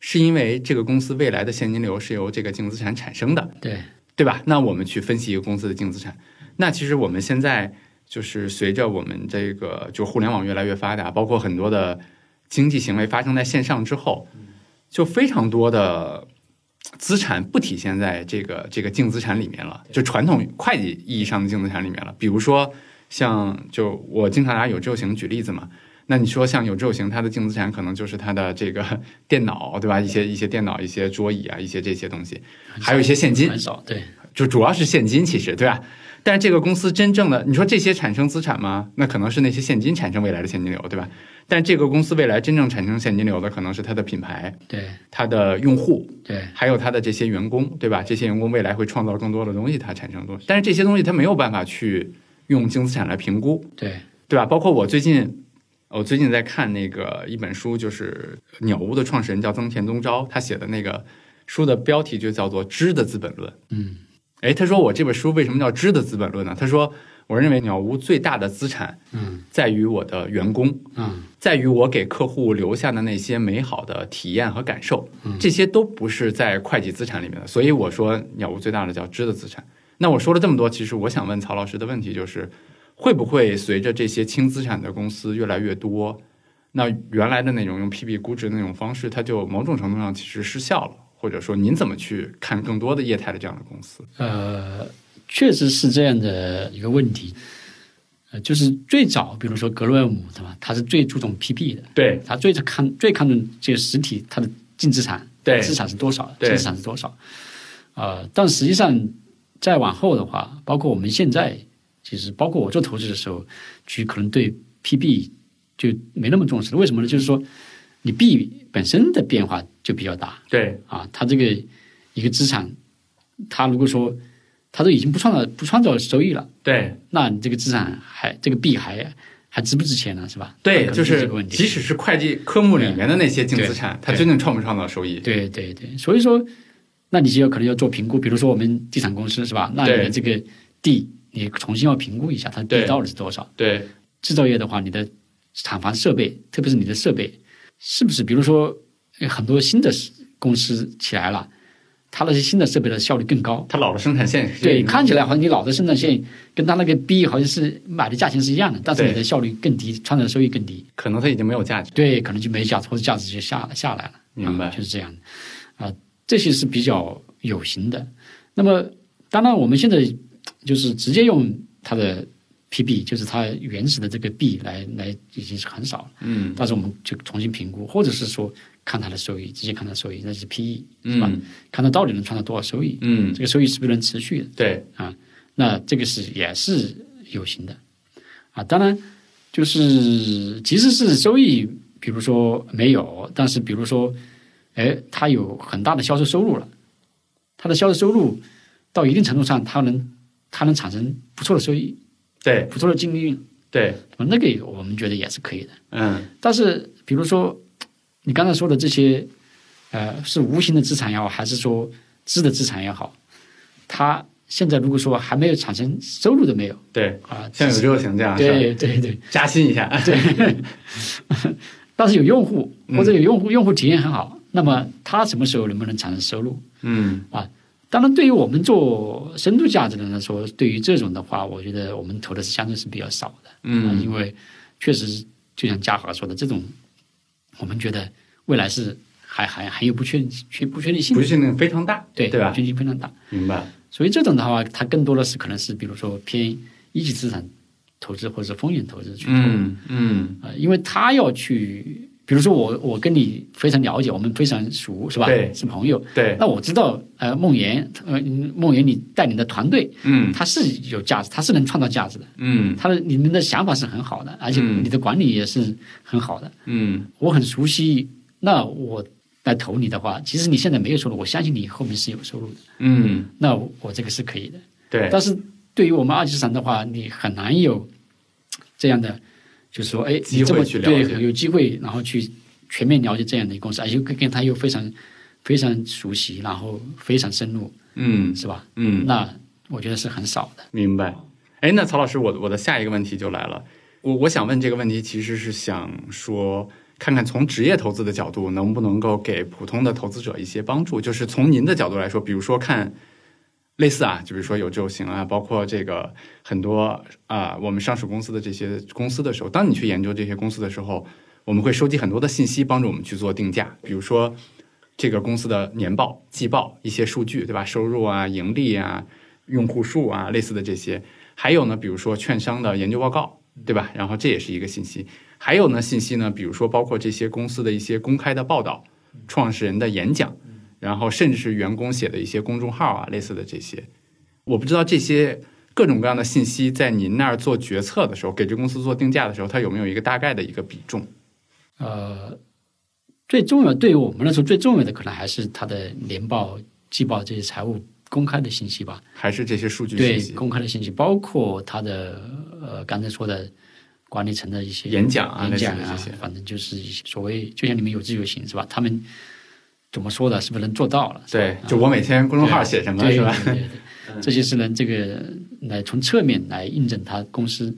A: 是因为这个公司未来的现金流是由这个净资产产生的，
B: 对，
A: 对吧？那我们去分析一个公司的净资产，那其实我们现在就是随着我们这个就互联网越来越发达，包括很多的经济行为发生在线上之后，就非常多的资产不体现在这个这个净资产里面了，就传统会计意义上的净资产里面了。比如说像就我经常拿有志有行举例子嘛。那你说像有志有行，它的净资产可能就是它的这个 [laughs] 电脑，对吧？一些一些电脑、一些桌椅啊，一些这些东西，还有一些现金
B: 很。少，对，
A: 就主要是现金，其实对吧？但是这个公司真正的，你说这些产生资产吗？那可能是那些现金产生未来的现金流，对吧？但这个公司未来真正产生现金流的，可能是它的品牌、
B: 对，
A: 它的用户，
B: 对，
A: 还有它的这些员工，对吧？这些员工未来会创造更多的东西，它产生的东西。但是这些东西它没有办法去用净资产来评估，
B: 对，
A: 对吧？包括我最近，我最近在看那个一本书，就是鸟屋的创始人叫增田宗昭，他写的那个书的标题就叫做《知的资本论》。
B: 嗯，
A: 哎，他说我这本书为什么叫《知的资本论》呢？他说，我认为鸟屋最大的资产
B: 嗯，
A: 在于我的员工，
B: 嗯，
A: 在于我给客户留下的那些美好的体验和感受
B: 嗯，
A: 这些都不是在会计资产里面的。所以我说，鸟屋最大的叫知的资产。那我说了这么多，其实我想问曹老师的问题就是，会不会随着这些轻资产的公司越来越多，那原来的那种用 PB 估值的那种方式，它就某种程度上其实失效了？或者说，您怎么去看更多的业态的这样的公司？
B: 呃，确实是这样的一个问题。呃，就是最早，比如说格洛厄姆，对吧？他是最注重 PB 的，
A: 对，
B: 他最看最看重这个实体它的净资产，
A: 对
B: 资产是多少，
A: 对
B: 净资产是多少，呃，但实际上再往后的话，包括我们现在，其实包括我做投资的时候，其实可能对 PB 就没那么重视了。为什么呢？就是说你 B 本身的变化就比较大
A: 对
B: 啊，它这个一个资产，它如果说它都已经不创造不创造收益了，
A: 对
B: 嗯那你这个资产还这个 B 还还值不值钱呢？是吧？
A: 对，
B: 可能
A: 就是
B: 这
A: 是
B: 个问题。
A: 即使是会计科目里面的那些净资产，
B: 对
A: 它究竟创不创造收益？
B: 对对对，所以说，那你就要可能要做评估，比如说我们地产公司是吧？那你的
A: 对
B: 这个地，你重新要评估一下它的地
A: 对
B: 到底是多少。
A: 对
B: 制造业的话，你的厂房设备，特别是你的设备，是不是比如说呃很多新的公司起来了，它那些新的设备的效率更高？
A: 它老的生产线是
B: 对，看起来好像你老的生产线跟它那个 B 好像是买的价钱是一样的，但是
A: 对
B: 你的效率更低，创造的收益更低。
A: 可能它已经没有价值。
B: 对，可能就没价，或者价值就下下来了。
A: 明白
B: 啊就是这样的啊、这些是比较有形的。那么，当然我们现在就是直接用它的 PB，就是它原始的这个 B 来来已经是很少了。
A: 嗯
B: 但是我们就重新评估，或者是说看它的收益，直接看它收益，那是 PE 是吧？
A: 嗯
B: 看它到底能创造多少收益，
A: 嗯，
B: 这个收益是不是能持续的？
A: 对
B: 啊，那这个是也是有形的啊。当然，就是即使是收益，比如说没有，但是比如说，哎，它有很大的销售收入了，它的销售收入到一定程度上，它能它能产生不错的收益，
A: 对
B: 不错的净利润，
A: 对，
B: 那个也我们觉得也是可以的。
A: 嗯
B: 但是，比如说你刚才说的这些，呃，是无形的资产也好，还是说知的资产也好，它现在如果说还没有产生收入都没有
A: 对，
B: 啊，
A: 像有
B: 只
A: 这
B: 是
A: 个形象，是吧
B: 对对对
A: 扎心一下。
B: 对，但是有用户或者有用户、用户体验很好，那么它什么时候能不能产生收入？
A: 嗯
B: 当然，对于我们做深度价值的人来说，对于这种的话，我觉得我们投的是相对是比较少的。嗯，
A: [laughs] 嗯
B: 因为确实就像嘉禾说的，这种我们觉得未来是还还还有不确确不确定性
A: 不，确定性非常大，
B: 对
A: 对吧
B: 不确？定性非常大。
A: 明白，
B: 所以这种的话，它更多的是可能是比如说偏一级资产投资或者是风险投资去做。
A: 嗯嗯，
B: 啊，因为他要去，比如说我我跟你非常了解，我们非常熟，是吧？
A: 对
B: 是朋友。
A: 对，
B: 那我知道，呃，梦岩，呃，梦岩，你带领的团队，
A: 嗯
B: 他是有价值，他是能创造价值的，
A: 嗯
B: 他的你们的想法是很好的，而且
A: 嗯
B: 你的管理也是很好的，
A: 嗯
B: 我很熟悉。那我来投你的话，其实你现在没有收入，我相信你后面是有收入的，
A: 嗯，
B: 那我我这个是可以的。
A: 对，
B: 但是对于我们二级市场的话，你很难有这样的，就是说，哎，
A: 机会
B: 你这么
A: 去了解
B: 对，有机会，然后去全面了解这样的一个公司，而且跟跟他又非常非常熟悉，然后非常深入，
A: 嗯
B: 是吧？
A: 嗯，
B: 那我觉得是很少的。
A: 明白。哎，那曹老师，我我的下一个问题就来了，我我想问这个问题，其实是想说，看看从职业投资的角度，能不能够给普通的投资者一些帮助？就是从您的角度来说，比如说看类似啊，就比如说有这种型啊，包括这个很多啊、我们上市公司的这些公司的时候，当你去研究这些公司的时候，我们会收集很多的信息，帮助我们去做定价，比如说。这个公司的年报、季报一些数据，对吧？收入啊、盈利啊、用户数啊，类似的这些。还有呢，比如说券商的研究报告，对吧？然后这也是一个信息。还有呢，信息呢，比如说包括这些公司的一些公开的报道、创始人的演讲，然后甚至是员工写的一些公众号啊，类似的这些。我不知道这些各种各样的信息在您那儿做决策的时候，给这公司做定价的时候，它有没有一个大概的一个比重？
B: 呃，最重要对于我们来说最重要的，可能还是他的年报、季报这些财务公开的信息吧。
A: 还是这些数据信
B: 对
A: 息、
B: 公开的信息，包括他的呃刚才说的管理层的一些
A: 演讲啊，类
B: 演
A: 似
B: 讲
A: 的这
B: 啊
A: 些？，
B: 反正就是一些所谓就像你们有志有行是吧？他们怎么说的，是不是能做到了？是吧
A: 对，就我每天公众号写什么
B: 对
A: 是吧？嗯
B: 对对对，这些是能这个来从侧面来印证他公司，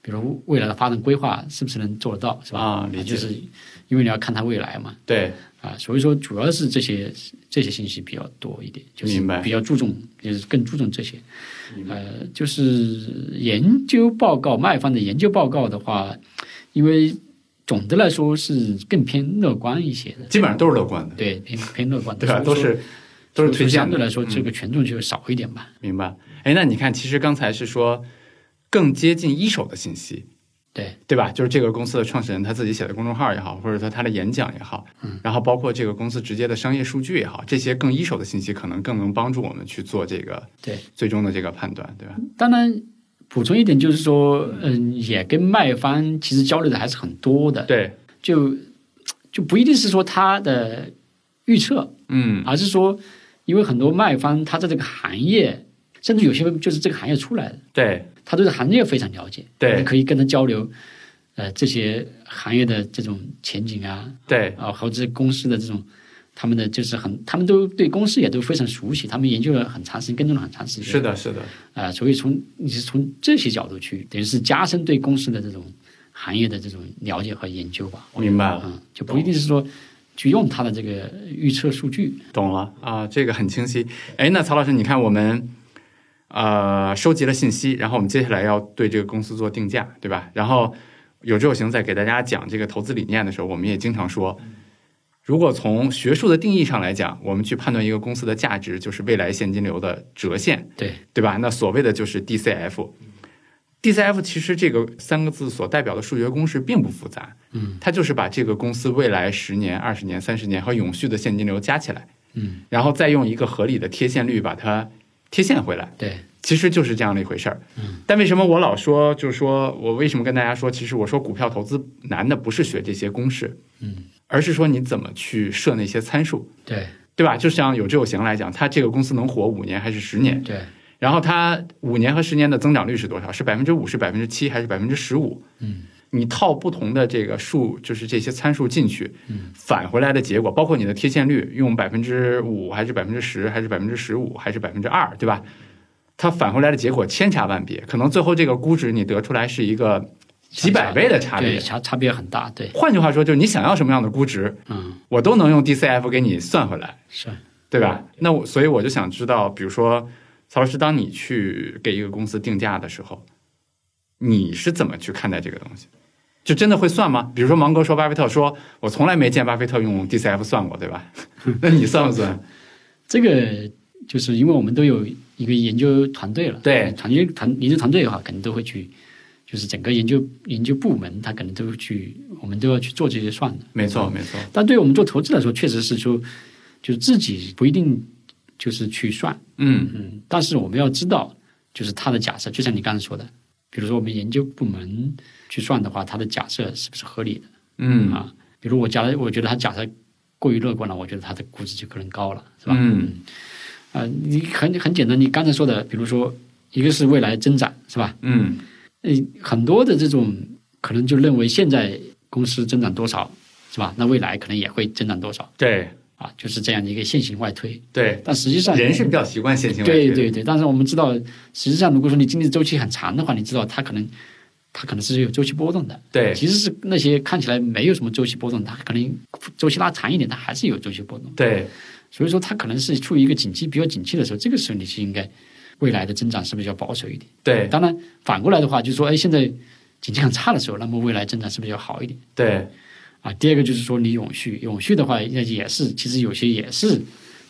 B: 比如未来的发展规划是不是能做得到，是吧？
A: 啊理解
B: 就是因为你要看他未来嘛，
A: 对，
B: 啊，所以说主要是这些这些信息比较多一点，就是
A: 明白
B: 比较注重，就是更注重这些。呃，就是研究报告，卖方的研究报告的话，因为总的来说是更偏乐观一些的，
A: 基本上都是乐观的，
B: 对，偏偏乐观的，
A: 对啊吧？都
B: 所以说
A: 是都是
B: 所
A: 推
B: 以
A: 荐
B: 说相
A: 的嗯
B: 对来说，这个权重就少一点吧。
A: 明白。哎，那你看，其实刚才是说更接近一手的信息，
B: 对，
A: 对吧？就是这个公司的创始人他自己写的公众号也好，或者说他的演讲也好，然后包括这个公司直接的商业数据也好，这些更一手的信息可能更能帮助我们去做这个
B: 对
A: 最终的这个判断，对吧？
B: 当然补充一点就是说，嗯，也跟卖方其实交流的还是很多的，
A: 对，
B: 就就不一定是说他的预测，
A: 嗯
B: 而是说，因为很多卖方他在这个行业，甚至有些就是这个行业出来的，
A: 对，
B: 他对这行业非常了解，
A: 对
B: 你可以跟他交流，呃，这些行业的这种前景啊，
A: 对，
B: 啊，或者是公司的这种。他们的就是很，他们都对公司也都非常熟悉，他们研究了很长时间，跟踪了很长时间。
A: 是的，是的，
B: 啊、所以从你是从这些角度去，等于是加深对公司的这种行业的这种了解和研究吧。
A: 明白了，
B: 嗯，就不一定是说去用它的这个预测数据。
A: 懂了啊，这个很清晰。哎，那曹老师，你看我们。呃，收集了信息，然后我们接下来要对这个公司做定价，对吧？然后有志有行在给大家讲这个投资理念的时候，我们也经常说，如果从学术的定义上来讲，我们去判断一个公司的价值，就是未来现金流的折现，
B: 对
A: 对吧？那所谓的就是 DCF。DCF 其实这个三个字所代表的数学公式并不复杂，
B: 嗯，
A: 它就是把这个公司未来十年、二十年、三十年和永续的现金流加起来，
B: 嗯，
A: 然后再用一个合理的贴现率把它贴现回来。
B: 对，
A: 其实就是这样的一回事儿
B: 嗯。
A: 但为什么我老说，就是说我为什么跟大家说，其实我说股票投资难的不是学这些公式，
B: 嗯，
A: 而是说你怎么去设那些参数，
B: 对
A: 对吧？就像有志有行来讲，它这个公司能活五年还是十年，
B: 对，
A: 然后它五年和十年的增长率是多少？是百分之五、是百分之七还是百分之十五？
B: 嗯，
A: 你套不同的这个数，就是这些参数进去，
B: 嗯，
A: 返回来的结果，包括你的贴现率，用百分之五还是百分之十还是百分之十五还是百分之二，对吧？它返回来的结果千差万别，可能最后这个估值你得出来是一个几百倍的差
B: 对
A: 别。
B: 差差别很大。对，
A: 换句话说，就是你想要什么样的估值，
B: 嗯，
A: 我都能用 DCF 给你算回来。
B: 是
A: 对吧？那我所以我就想知道，比如说曹老师，当你去给一个公司定价的时候，你是怎么去看待这个东西？就真的会算吗？比如说芒格说巴菲特说，我从来没见巴菲特用 DCF 算过，对 [laughs] 吧？那你算不算？
B: 这个就是因为我们都有一个研究团队了，
A: 对
B: 团研团研究团队的话，可能都会去，就是整个研究研究部门，他可能都会去，我们都要去做这些算的。
A: 没错，没错，
B: 但对于我们做投资来说，确实是说，就是自己不一定就是去算，
A: 嗯
B: 嗯，但是我们要知道，就是他的假设，就像你刚才说的，比如说我们研究部门去算的话，他的假设是不是合理的？
A: 嗯
B: 啊，比如我假设，我觉得他假设过于乐观了，我觉得他的估值就可能高了，是吧？
A: 嗯
B: 啊、你很很简单，你刚才说的，比如说一个是未来增长，是吧？
A: 嗯
B: 呃，很多的这种可能就认为现在公司增长多少，是吧？那未来可能也会增长多少
A: 对
B: 啊，就是这样的一个线性外推。
A: 对，
B: 但实际上，
A: 人是比较习惯线性外
B: 对
A: 推的，
B: 对对，但是我们知道，实际上如果说你经济周期很长的话，你知道它可能它可能是有周期波动的。
A: 对
B: 其实是那些看起来没有什么周期波动，它可能周期拉长一点，它还是有周期波动。
A: 对
B: 所以说它可能是处于一个景气比较景气的时候，这个时候你是应该未来的增长是不是要保守一点？
A: 对
B: 当然反过来的话，就是说，哎，现在景气很差的时候，那么未来增长是不是要好一点？
A: 对
B: 啊，第二个就是说你永续，永续的话，那也是其实有些也是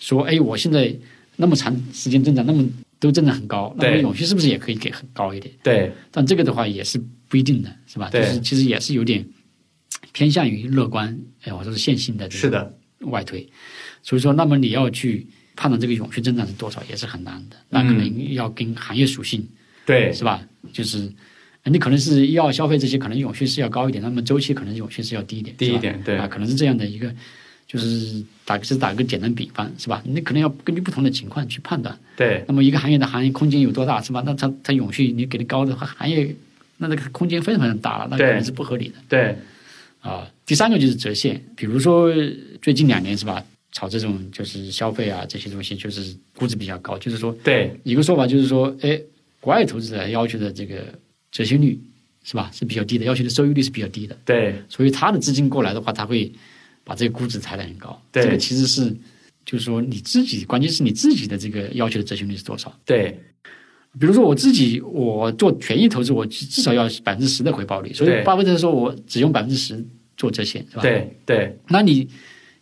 B: 说，哎，我现在那么长时间增长，那么都增长很高，那么
A: 对
B: 永续是不是也可以给很高一点？
A: 对
B: 但这个的话也是不一定的，是吧？就
A: 对
B: 是其实也是有点偏向于乐观，哎，我说是线性的，
A: 是的，
B: 外推，所以说，那么你要去判断这个永续增长是多少，也是很难的。那可能要跟行业属性、
A: 嗯对
B: 是吧？就是呃你可能是医药消费这些，可能永续是要高一点，那么周期可能永续是要低一点，
A: 低
B: 是
A: 一
B: 吧
A: 点对
B: 啊，可能是这样的一个，就是打只打个简单比方是吧？你可能要根据不同的情况去判断。
A: 对
B: 那么一个行业的行业空间有多大是吧？那它它永续你给的高的话，行业那这个空间非常非常大了，那
A: 对
B: 可能是不合理的。
A: 对
B: 啊，第三个就是折现，比如说最近两年是吧，炒这种就是消费啊这些东西，就是估值比较高，就是说
A: 对
B: 一个说法就是说，哎，国外投资者要求的这个折现率是吧是比较低的，要求的收益率是比较低的，
A: 对
B: 所以他的资金过来的话，他会把这个估值抬得很高。
A: 对
B: 这个其实是就是说你自己，关键是你自己的这个要求的折现率是多少。
A: 对
B: 比如说我自己，我做权益投资，我至少要百分之十的回报率，所以
A: 对
B: 巴菲特说我只用百分之十做折现，是吧？
A: 对对
B: 那你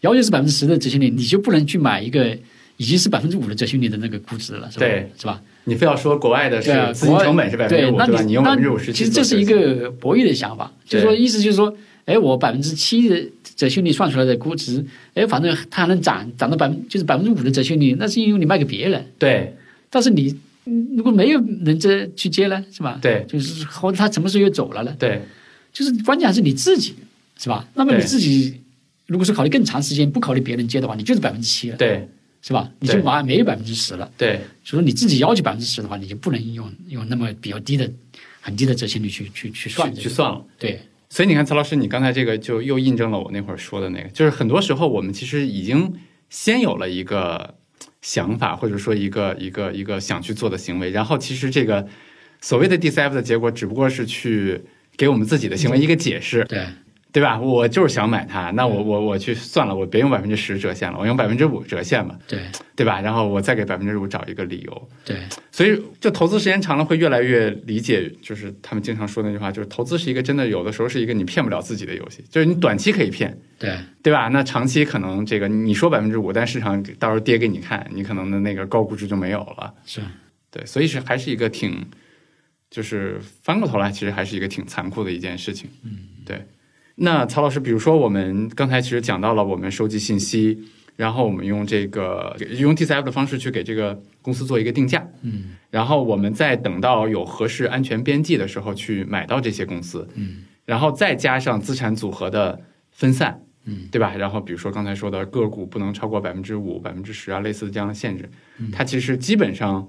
B: 要求是百分之十的折现率，你就不能去买一个已经是百分之五的折现率的那个估值了，是吧？
A: 对，
B: 是吧？
A: 你非要说国外的
B: 对啊，
A: 是资金成本是
B: 国
A: 百分
B: 外
A: 之
B: 对，
A: 五，
B: 那
A: 对吧？
B: 你
A: 你用百分之五
B: 那
A: 十，
B: 其实这是一个博弈的想法，
A: 对
B: 就是说意思就是说，哎，我百分之七的折现率算出来的估值，哎，反正它还能涨，涨到百分就是百分之五的折现率，那是因为你卖给别人，
A: 对
B: 但是你。嗯如果没有人这去接呢，是吧？
A: 对
B: 就是或者他什么时候又走了呢？
A: 对
B: 就是关键还是你自己，是吧？那么你
A: 对
B: 自己如果是考虑更长时间，不考虑别人接的话，你就是百分之七了，
A: 对
B: 是吧？你就
A: 对
B: 马没有百分之十了。
A: 对
B: 所以说你自己要求百分之十的话，你就不能用用那么比较低的、很低的折现率去去去算
A: 去
B: 这
A: 去
B: 个。
A: 算了。
B: 对
A: 所以你看，曹老师，你刚才这个就又印证了我那会儿说的那个，就是很多时候我们其实已经先有了一个想法，或者说一个一个一个想去做的行为，然后其实这个所谓的 DCF 的结果，只不过是去给我们自己的行为一个解释，
B: 对
A: 对吧？我就是想买它，那我我我去算了，我别用百分之十折现了，我用百分之五折现吧，
B: 对
A: 对吧？然后我再给百分之五找一个理由，
B: 对
A: 所以，就投资时间长了，会越来越理解，就是他们经常说的那句话，就是投资是一个真的，有的时候是一个你骗不了自己的游戏，就是你短期可以骗，
B: 对
A: 对吧？那长期可能这个你说百分之五，但市场到时候跌给你看，你可能的那个高估值就没有了。
B: 是，
A: 对，所以是还是一个挺，就是翻过头来，其实还是一个挺残酷的一件事情。嗯，对。那曹老师，比如说我们刚才其实讲到了，我们收集信息，然后我们用这个用 DCF 的方式去给这个公司做一个定价，
B: 嗯
A: 然后我们再等到有合适安全边际的时候去买到这些公司，
B: 嗯
A: 然后再加上资产组合的分散，
B: 嗯，
A: 对吧？然后比如说刚才说的个股不能超过百分之五、百分之十啊，类似这样的限制，
B: 嗯
A: 它其实基本上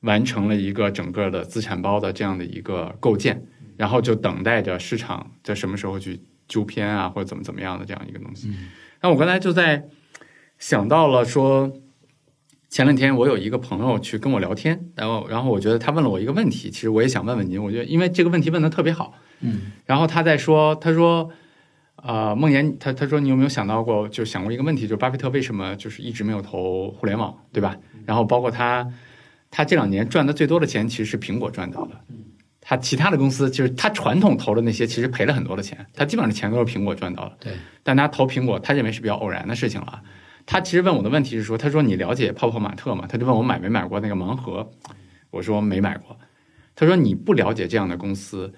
A: 完成了一个整个的资产包的这样的一个构建，然后就等待着市场在什么时候去纠偏啊，或者怎么怎么样的这样一个东西。那我刚才就在想到了说，前两天我有一个朋友去跟我聊天，然后然后我觉得他问了我一个问题，其实我也想问问您，我觉得因为这个问题问的特别好，
B: 嗯，
A: 然后他在说，他说，呃，梦岩，他他说你有没有想到过，就想过一个问题，就是巴菲特为什么就是一直没有投互联网，对吧？然后包括他，他这两年赚的最多的钱其实是苹果赚到的，它其他的公司就是它传统投的那些，其实赔了很多的钱，它基本上钱都是苹果赚到了。
B: 对，
A: 但他投苹果，他认为是比较偶然的事情了。他其实问我的问题是说，他说你了解泡泡玛特吗？他就问我买没买过那个盲盒，我说没买过。他说你不了解这样的公司，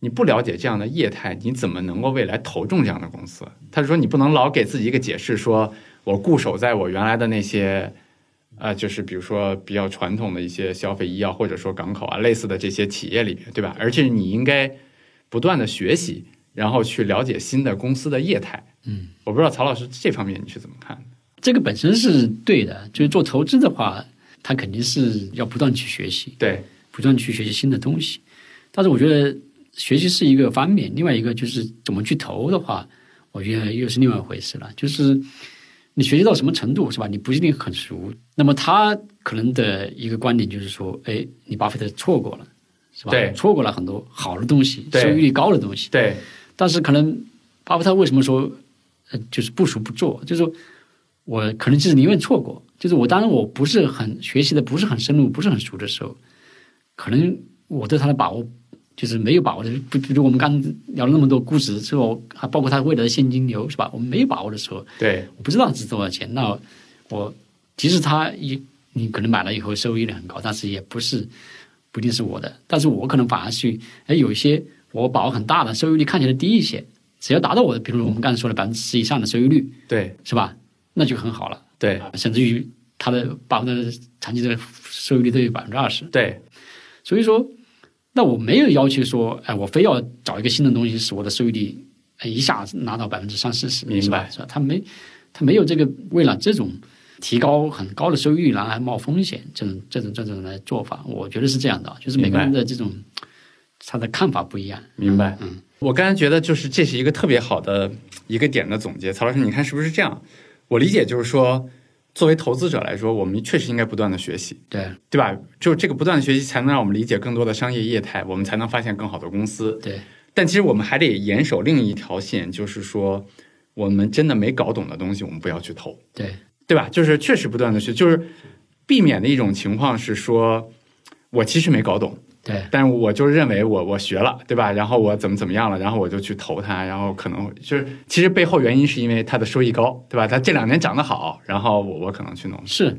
A: 你不了解这样的业态，你怎么能够未来投中这样的公司？他说你不能老给自己一个解释，说我固守在我原来的那些，呃，就是比如说比较传统的一些消费医药或者说港口啊类似的这些企业里面，对吧？而且你应该不断的学习，然后去了解新的公司的业态。
B: 嗯，
A: 我不知道曹老师这方面你是怎么看的？
B: 这个本身是对的，就是做投资的话，它肯定是要不断去学习，
A: 对，
B: 不断去学习新的东西。但是我觉得学习是一个方面，另外一个就是怎么去投的话，我觉得又是另外一回事了。就是你学习到什么程度是吧？你不一定很熟。那么他可能的一个观点就是说，哎，你巴菲特错过了，是吧？
A: 对
B: 错过了很多好的东西，
A: 对
B: 收益率高的东西。
A: 对，
B: 但是可能巴菲特为什么说，呃，就是不熟不做，就是说我可能就是宁愿错过，就是我当然我不是很学习的不是很深入，不是很熟的时候，可能我对他的把握就是没有把握的，不，比如我们刚聊了那么多估值之后，还包括他未来的现金流是吧？我们没有把握的时候，
A: 对，
B: 我不知道值多少钱，那我即使它一你可能买了以后收益率很高，但是也不是不一定是我的，但是我可能反而去哎有一些我把握很大的收益率看起来低一些，只要达到我的，比如我们刚才说的百分之十以上的收益率
A: 对，
B: 是吧？那就很好了，
A: 对，
B: 甚至于它的百分之长期的收益率都有百分之二十，
A: 对，
B: 所以说，那我没有要求说，哎，我非要找一个新的东西使我的收益率哎一下子拿到百分之三四十，
A: 明白
B: 是吧？他没他没有这个为了这种提高很高的收益率，然后还冒风险这种这种这种来做法，我觉得是这样的啊，就是每个人
A: 明
B: 的这种他的看法不一样。
A: 明白。
B: 嗯，
A: 我刚才觉得就是这是一个特别好的一个点的总结，曹老师，你看是不是这样？我理解就是说，作为投资者来说，我们确实应该不断的学习，
B: 对
A: 对吧？就这个不断的学习，才能让我们理解更多的商业业态，我们才能发现更好的公司。
B: 对
A: 但其实我们还得严守另一条线，就是说，我们真的没搞懂的东西，我们不要去投。
B: 对
A: 对吧？就是确实不断的学，就是避免的一种情况是说，我其实没搞懂，
B: 对
A: 但是我就认为我我学了，对吧？然后我怎么怎么样了，然后我就去投它，然后可能就是其实背后原因是因为它的收益高，对吧？它这两年涨得好，然后我我可能去弄，
B: 是。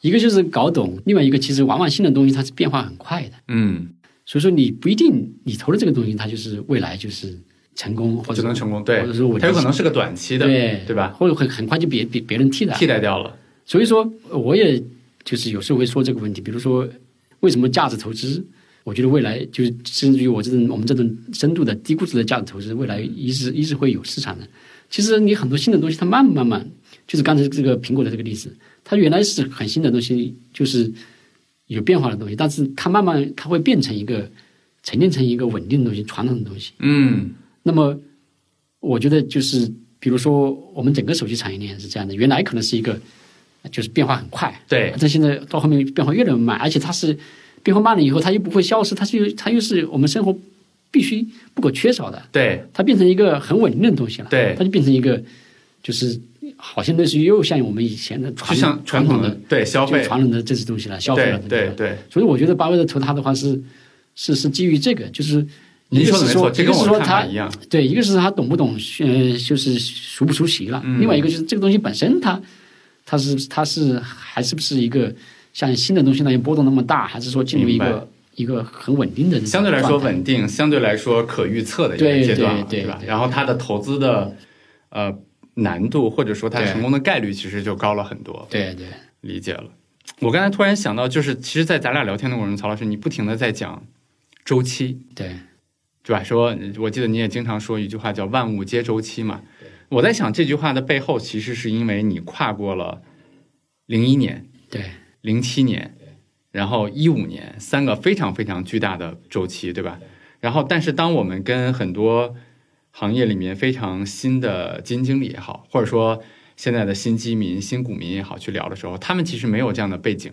B: 一个就是搞懂，另外一个其实往往新的东西它是变化很快的，
A: 嗯，
B: 所以说你不一定你投的这个东西它就是未来就是成功或者
A: 就能成功，对
B: 或者说我，
A: 它有可能是个短期的，
B: 对
A: 对吧？
B: 或者很很快就别别别人替代。
A: 替代掉了，
B: 所以说，我也就是有时候会说这个问题，比如说为什么价值投资，我觉得未来就是甚至于我这种我们这种深度的低估值的价值投资，未来一直一直会有市场的。其实你很多新的东西，它慢慢慢慢，就是刚才这个苹果的这个例子，它原来是很新的东西，就是有变化的东西，但是它慢慢它会变成一个沉淀成一个稳定的东西，传统的东西。
A: 嗯，
B: 那么，我觉得就是，比如说我们整个手机产业链是这样的，原来可能是一个就是变化很快，
A: 对
B: 但现在到后面变化越来越慢，而且它是变化慢了以后，它又不会消失，它是它又是我们生活必须不可缺少的，
A: 对
B: 它变成一个很稳定的东西了，
A: 对
B: 它就变成一个就是好像类似于又像我们以前的
A: 就
B: 传
A: 像传统
B: 统
A: 的对消
B: 就
A: 费，
B: 传统的这些东西了，消费
A: 对
B: 了等等
A: 对
B: 了
A: 对
B: 所以我觉得巴菲特投他的话是是是基于这个，就是
A: 您
B: 一个
A: 说的
B: 是
A: 没错
B: 说，
A: 这
B: 一
A: 跟
B: 个
A: 我
B: 是
A: 的
B: 说
A: 看法
B: 他
A: 一样
B: 对，一个是他懂不懂，呃，就是熟不熟悉了；，
A: 嗯
B: 另外一个就是这个东西本身它，它是它是还是不是一个像新的东西那样波动那么大，还是说进入一
A: 明
B: 个一个很稳定的
A: 相对来说
B: 状态
A: 稳定，相对来说可预测的一个
B: 对
A: 阶段了，
B: 对对
A: 吧？
B: 对
A: 然后它的投资的呃难度或者说它
B: 对
A: 成功的概率其实就高了很多，
B: 对对
A: 理解了。我刚才突然想到，就是其实，在咱俩聊天的过程中，曹老师你不停的在讲周期，
B: 对
A: 对吧？说呃我记得你也经常说一句话叫“万物皆周期”嘛。我在想这句话的背后，其实是因为你跨过了零一年、
B: 对
A: 零七年，然后一五年三个非常非常巨大的周期，对吧？然后，但是当我们跟很多行业里面非常新的基金经理也好，或者说现在的新基民、新股民也好去聊的时候，他们其实没有这样的背景，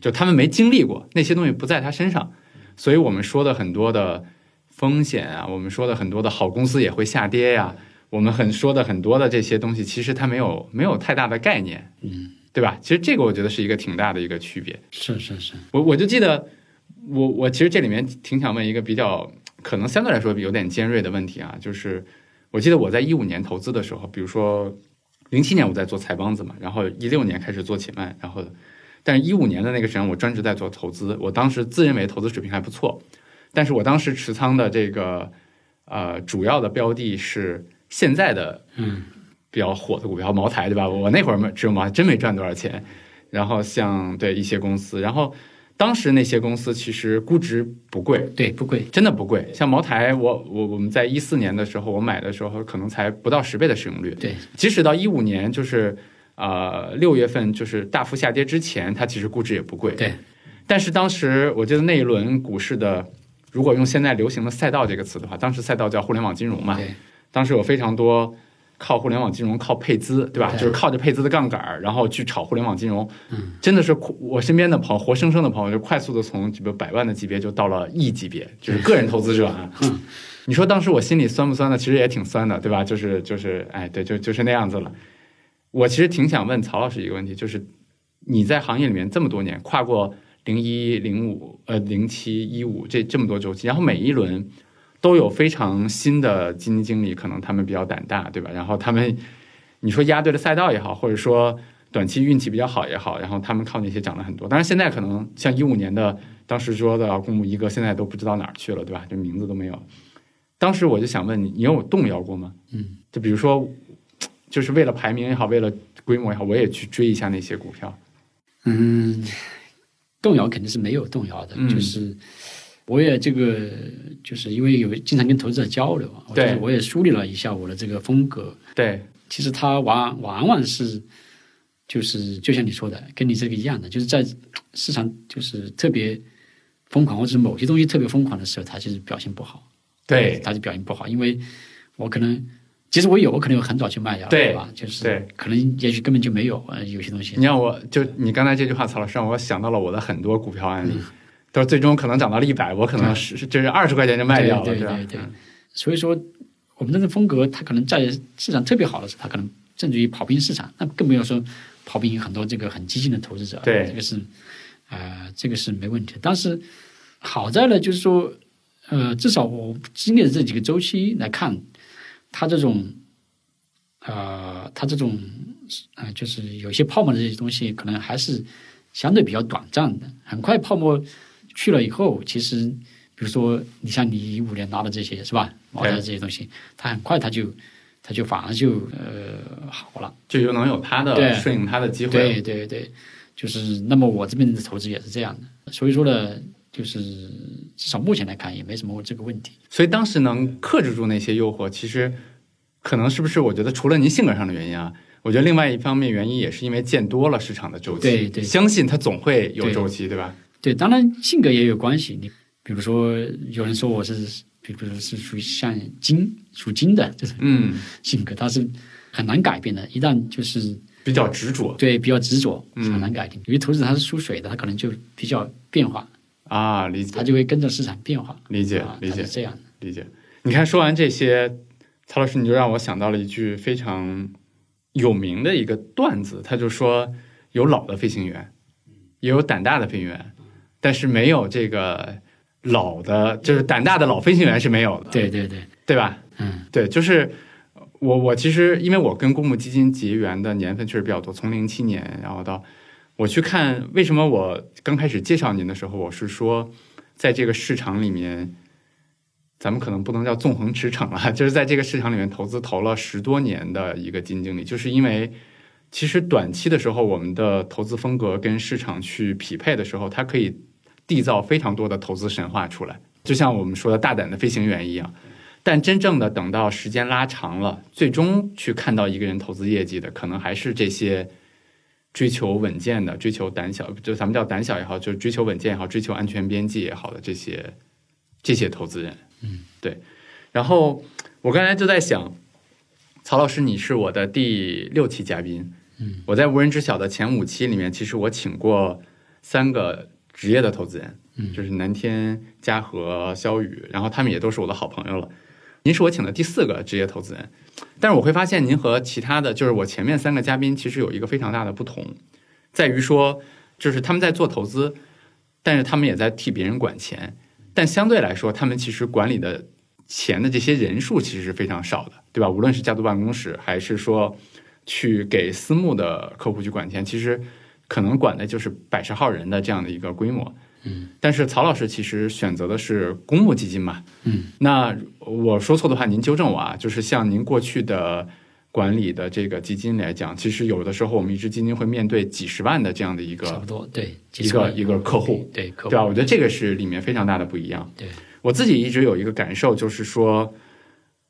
A: 就他们没经历过那些东西不在他身上，所以我们说的很多的风险啊，我们说的很多的好公司也会下跌呀、我们很说的很多的这些东西，其实他没有没有太大的概念，
B: 嗯，
A: 对吧？其实这个我觉得是一个挺大的一个区别。
B: 是是是，
A: 我我就记得我我其实这里面挺想问一个比较可能相对来说有点尖锐的问题啊，就是我记得我在一五年投资的时候，比如说零七年我在做财帮子嘛，然后一六年开始做且慢，然后但是一五年的那个时间我专职在做投资，我当时自认为投资水平还不错，但是我当时持仓的这个呃主要的标的是现在的
B: 嗯
A: 比较火的股票茅台对吧？我那会儿没只有茅台真没赚多少钱，然后像对一些公司，然后当时那些公司其实估值不贵，
B: 对，不贵，
A: 真的不贵。像茅台，我我我们在一四年的时候，我买的时候可能才不到十倍的市盈率。
B: 对，
A: 即使到一五年，就是呃六月份就是大幅下跌之前，它其实估值也不贵。
B: 对，
A: 但是当时我记得那一轮股市的，如果用现在流行的“赛道”这个词的话，当时赛道叫互联网金融嘛，
B: 对，
A: 当时有非常多靠互联网金融、靠配资，对吧？
B: 对
A: 就是靠着配资的杠杆儿，然后去炒互联网金融。
B: 嗯，
A: 真的是苦我身边的朋友，活生生的朋友，就快速的从比如百万的级别就到了亿级别，就是个人投资者啊。
B: 嗯
A: 你说当时我心里酸不酸呢？其实也挺酸的，对吧？就是就是，哎，对，就就是那样子了。我其实挺想问曹老师一个问题，就是你在行业里面这么多年，跨过零一、零五、呃零七、一五这这么多周期，然后每一轮都有非常新的基金经理，可能他们比较胆大，对吧？然后他们， [laughs] 你说压对了赛道也好，或者说短期运气比较好也好，然后他们靠那些涨了很多。当然，现在可能像一五年的当时说的啊公募一哥，现在都不知道哪儿去了，对吧？这名字都没有。当时我就想问你，你有动摇过吗？
B: 嗯，
A: 就比如说，就是为了排名也好，为了规模也好，我也去追一下那些股票。
B: 嗯，动摇肯定是没有动摇的，
A: 嗯
B: 就是我也这个就是因为有经常跟投资者交流，啊，我
A: 对
B: 就是我也梳理了一下我的这个风格。
A: 对，
B: 其实它往往往是就是就像你说的，跟你这个一样的，就是在市场就是特别疯狂或者是某些东西特别疯狂的时候，它就是表现不好。
A: 对，
B: 它就表现不好，因为我可能。其实我有，我可能有很早就卖掉了，
A: 对
B: 吧？就是
A: 对
B: 可能也许根本就没有，呃，有些东西
A: 你。让我就你刚才这句话，曹老师让我想到了我的很多股票案
B: 嗯
A: 例，都是最终可能涨到了一百，我可能是就是二十块钱就卖掉了，
B: 对对
A: 吧？
B: 对对
A: 嗯
B: 所以说，我们这种风格，它可能在市场特别好的时候，它可能甚至于跑不赢市场，那更不要说跑不赢很多这个很激进的投资者。
A: 对
B: 这个是呃，这个是没问题的。但是好在呢，就是说，呃，至少我经历的这几个周期来看，它这种呃，它这种呃，就是有些泡沫的这些东西，可能还是相对比较短暂的。很快泡沫去了以后，其实比如说你像你一五年拿的这些是吧，茅台
A: 对
B: 这些东西，它很快它就它就反而就呃好了。
A: 就又能有它
B: 对
A: 的顺应它的机
B: 对
A: 会。
B: 对对，就是那么我这边的投资也是这样的，所以说呢，就是至少目前来看也没什么这个问题。
A: 所以当时能克制住那些诱惑，其实可能是不是？我觉得除了您性格上的原因啊，我觉得另外一方面原因也是因为见多了市场的周期，
B: 对对
A: 相信它总会有
B: 对
A: 周期，对吧？
B: 对，当然性格也有关系。你比如说，有人说我是，比如说是属于像金属金的这种
A: 嗯，
B: 性格，它是很难改变的。一旦就是
A: 比较执着
B: 对比较执着，
A: 嗯
B: 很难改变。由于投资者他是属水的，他可能就比较变化，
A: 啊，理解
B: 他就会跟着市场变化。
A: 理解
B: 啊，
A: 理
B: 它
A: 解
B: 是。这样的。
A: 理解。你看，说完这些，曹老师你就让我想到了一句非常有名的一个段子，他就说有老的飞行员，也有胆大的飞行员，但是没有这个老的，就是胆大的老飞行员是没有的，
B: 对对对，
A: 对吧？
B: 嗯
A: 对，就是我我其实因为我跟公募基金结缘的年份确实比较多，从零七年然后到我去看，为什么我刚开始介绍您的时候，我是说在这个市场里面，咱们可能不能叫纵横驰骋了，就是在这个市场里面投资投了十多年的一个基金经理，就是因为。其实短期的时候，我们的投资风格跟市场去匹配的时候，它可以缔造非常多的投资神话出来，就像我们说的大胆的飞行员一样。但真正的等到时间拉长了，最终去看到一个人投资业绩的，可能还是这些追求稳健的、追求胆小，就咱们叫胆小也好，就是追求稳健也好、追求安全边际也好的这些这些投资人。
B: 嗯，
A: 对。然后我刚才就在想，曹老师，你是我的第六期嘉宾。
B: 嗯，
A: 我在无人知晓的前五期里面，其实我请过三个职业的投资人，
B: 嗯
A: 就是南天、嘉禾、肖宇，然后他们也都是我的好朋友了。您是我请的第四个职业投资人，但是我会发现您和其他的就是我前面三个嘉宾其实有一个非常大的不同，在于说就是他们在做投资，但是他们也在替别人管钱，但相对来说，他们其实管理的钱的这些人数其实是非常少的，对吧？无论是家族办公室，还是说去给私募的客户去管钱，其实可能管的就是百十号人的这样的一个规模。
B: 嗯，
A: 但是曹老师其实选择的是公募基金嘛，
B: 嗯，
A: 那我说错的话您纠正我啊，就是像您过去的管理的这个基金来讲，其实有的时候我们一支基金会面对几十万的这样的一
B: 差不
A: 个
B: 多对
A: 一个一个客户，
B: 对客
A: 对啊
B: 户
A: 吧？我觉得这个是里面非常大的不一样。
B: 对
A: 我自己一直有一个感受，就是说，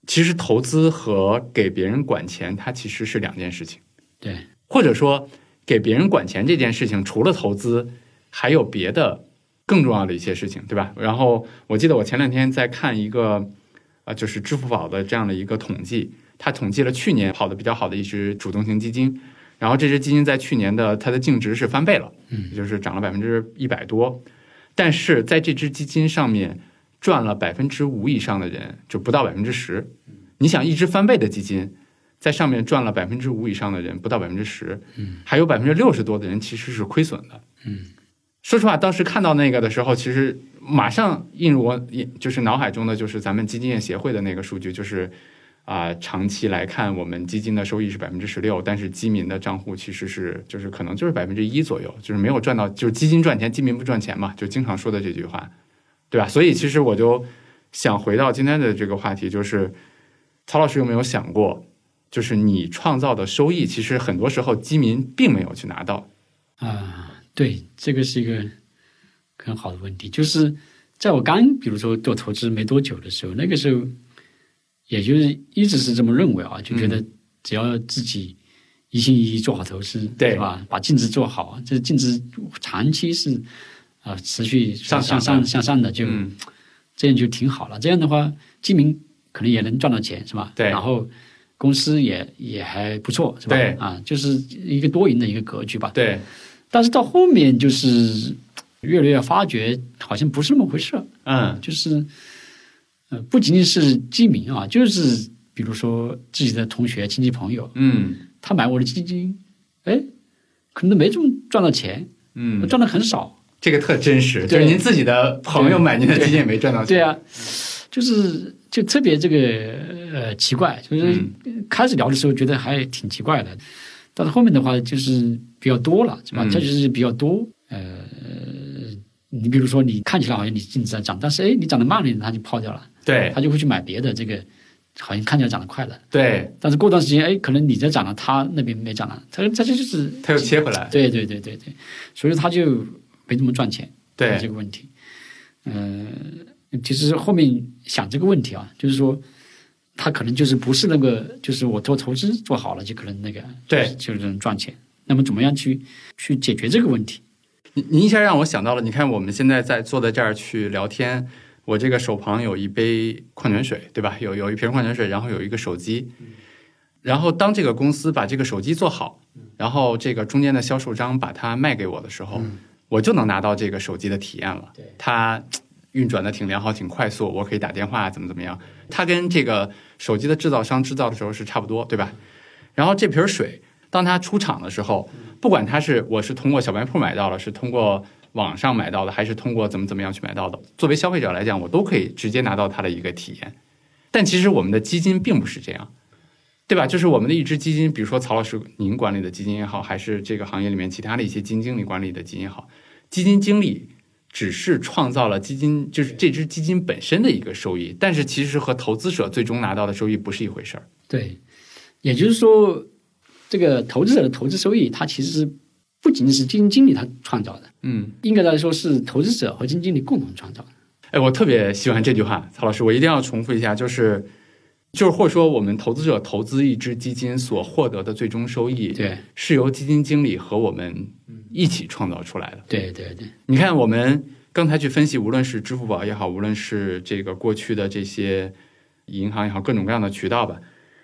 A: 其实投资和给别人管钱，它其实是两件事情。
B: 对
A: 或者说给别人管钱这件事情，除了投资，还有别的更重要的一些事情，对吧？然后我记得我前两天在看一个啊、呃就是支付宝的这样的一个统计，它统计了去年跑得比较好的一只主动型基金，然后这只基金在去年的它的净值是翻倍了，
B: 嗯
A: 也就是涨了百分之一百多，但是在这只基金上面赚了百分之五以上的人就不到百分之十，你想一只翻倍的基金。在上面赚了百分之五以上的人不到百分之十，
B: 嗯，
A: 还有百分之六十多的人其实是亏损的。
B: 嗯，
A: 说实话，当时看到那个的时候，其实马上映入我也就是脑海中的就是咱们基金业协会的那个数据，就是啊、长期来看，我们基金的收益是百分之十六，但是基民的账户其实是就是可能就是百分之一左右，就是没有赚到，就是基金赚钱，基民不赚钱嘛，就经常说的这句话，对吧？所以其实我就想回到今天的这个话题，就是曹老师有没有想过？就是你创造的收益，其实很多时候基民并没有去拿到。
B: 啊，对，这个是一个很好的问题。就是在我刚比如说做投资没多久的时候，那个时候也就是一直是这么认为啊，就觉
A: 嗯
B: 得只要自己一心一意做好投资，
A: 对
B: 是吧？把净值做好，这净值长期是啊、持续
A: 上
B: 向
A: 涨
B: 上
A: 的
B: 向上的，就、
A: 嗯
B: 这样就挺好了。这样的话，基民可能也能赚到钱，是吧？
A: 对
B: 然后公司也也还不错，是吧？
A: 对
B: 啊，就是一个多赢的一个格局吧。
A: 对，
B: 但是到后面就是呃越来越发觉，好像不是那么回事儿，
A: 嗯
B: 就是呃，不仅仅是基民啊，就是比如说自己的同学、亲戚朋友，
A: 嗯
B: 他买我的基金，哎，可能都没怎么赚到钱，
A: 嗯，
B: 赚的很少。
A: 这个特真实，就
B: 对
A: 是您自己的朋友买您的基金也没赚到钱。
B: 对，啊，
A: 嗯
B: 就是就特别这个呃奇怪，就是
A: 嗯
B: 开始聊的时候觉得还挺奇怪的，但是后面的话就是比较多了，是吧？
A: 嗯
B: 它就是比较多，呃，你比如说你看起来好像你净值在涨，但是哎，你涨得慢了，它就抛掉了，
A: 对
B: 它就会去买别的这个。好像看起来涨得快的，
A: 对，
B: 但是过段时间，哎，可能你在涨了，它那边没涨了，它它这就是，
A: 他又切回来。
B: 对对对对对，所以它就没怎么赚钱。这
A: 对，
B: 个问题。呃，其实后面想这个问题啊，就是说，他可能就是不是那个，就是我做投资做好了，就可能那个，
A: 对
B: 就是能赚钱。那么怎么样去去解决这个问题？
A: 您您一下让我想到了，你看我们现在在坐在这儿去聊天，我这个手旁有一杯矿泉水，对吧？有有一瓶矿泉水，然后有一个手机。然后当这个公司把这个手机做好，然后这个中间的销售商把它卖给我的时候，我就能拿到这个手机的体验了。
B: 对
A: 它嘖运转的挺良好，挺快速，我可以打电话，怎么怎么样。它跟这个手机的制造商制造的时候是差不多，对吧？然后这瓶水，当它出厂的时候，不管它是我是通过小卖铺买到了，是通过网上买到的，还是通过怎么怎么样去买到的，作为消费者来讲，我都可以直接拿到它的一个体验。但其实我们的基金并不是这样。对吧？就是我们的一支基金，比如说曹老师您管理的基金也好，还是这个行业里面其他的一些基金经理管理的基金也好，基金经理只是创造了基金，就是这只基金本身的一个收益，但是其实和投资者最终拿到的收益不是一回事儿。
B: 对，也就是说，这个投资者的投资收益，它其实是不仅仅是基金经理他创造的，
A: 嗯，
B: 应该来说是投资者和基金经理共同创造的。
A: 哎，我特别喜欢这句话，曹老师，我一定要重复一下，就是就是或者说我们投资者投资一只基金所获得的最终收益，
B: 对，
A: 是由基金经理和我们一起创造出来的。
B: 对，对，对，
A: 你看，我们刚才去分析，无论是支付宝也好，无论是这个过去的这些银行也好，各种各样的渠道吧。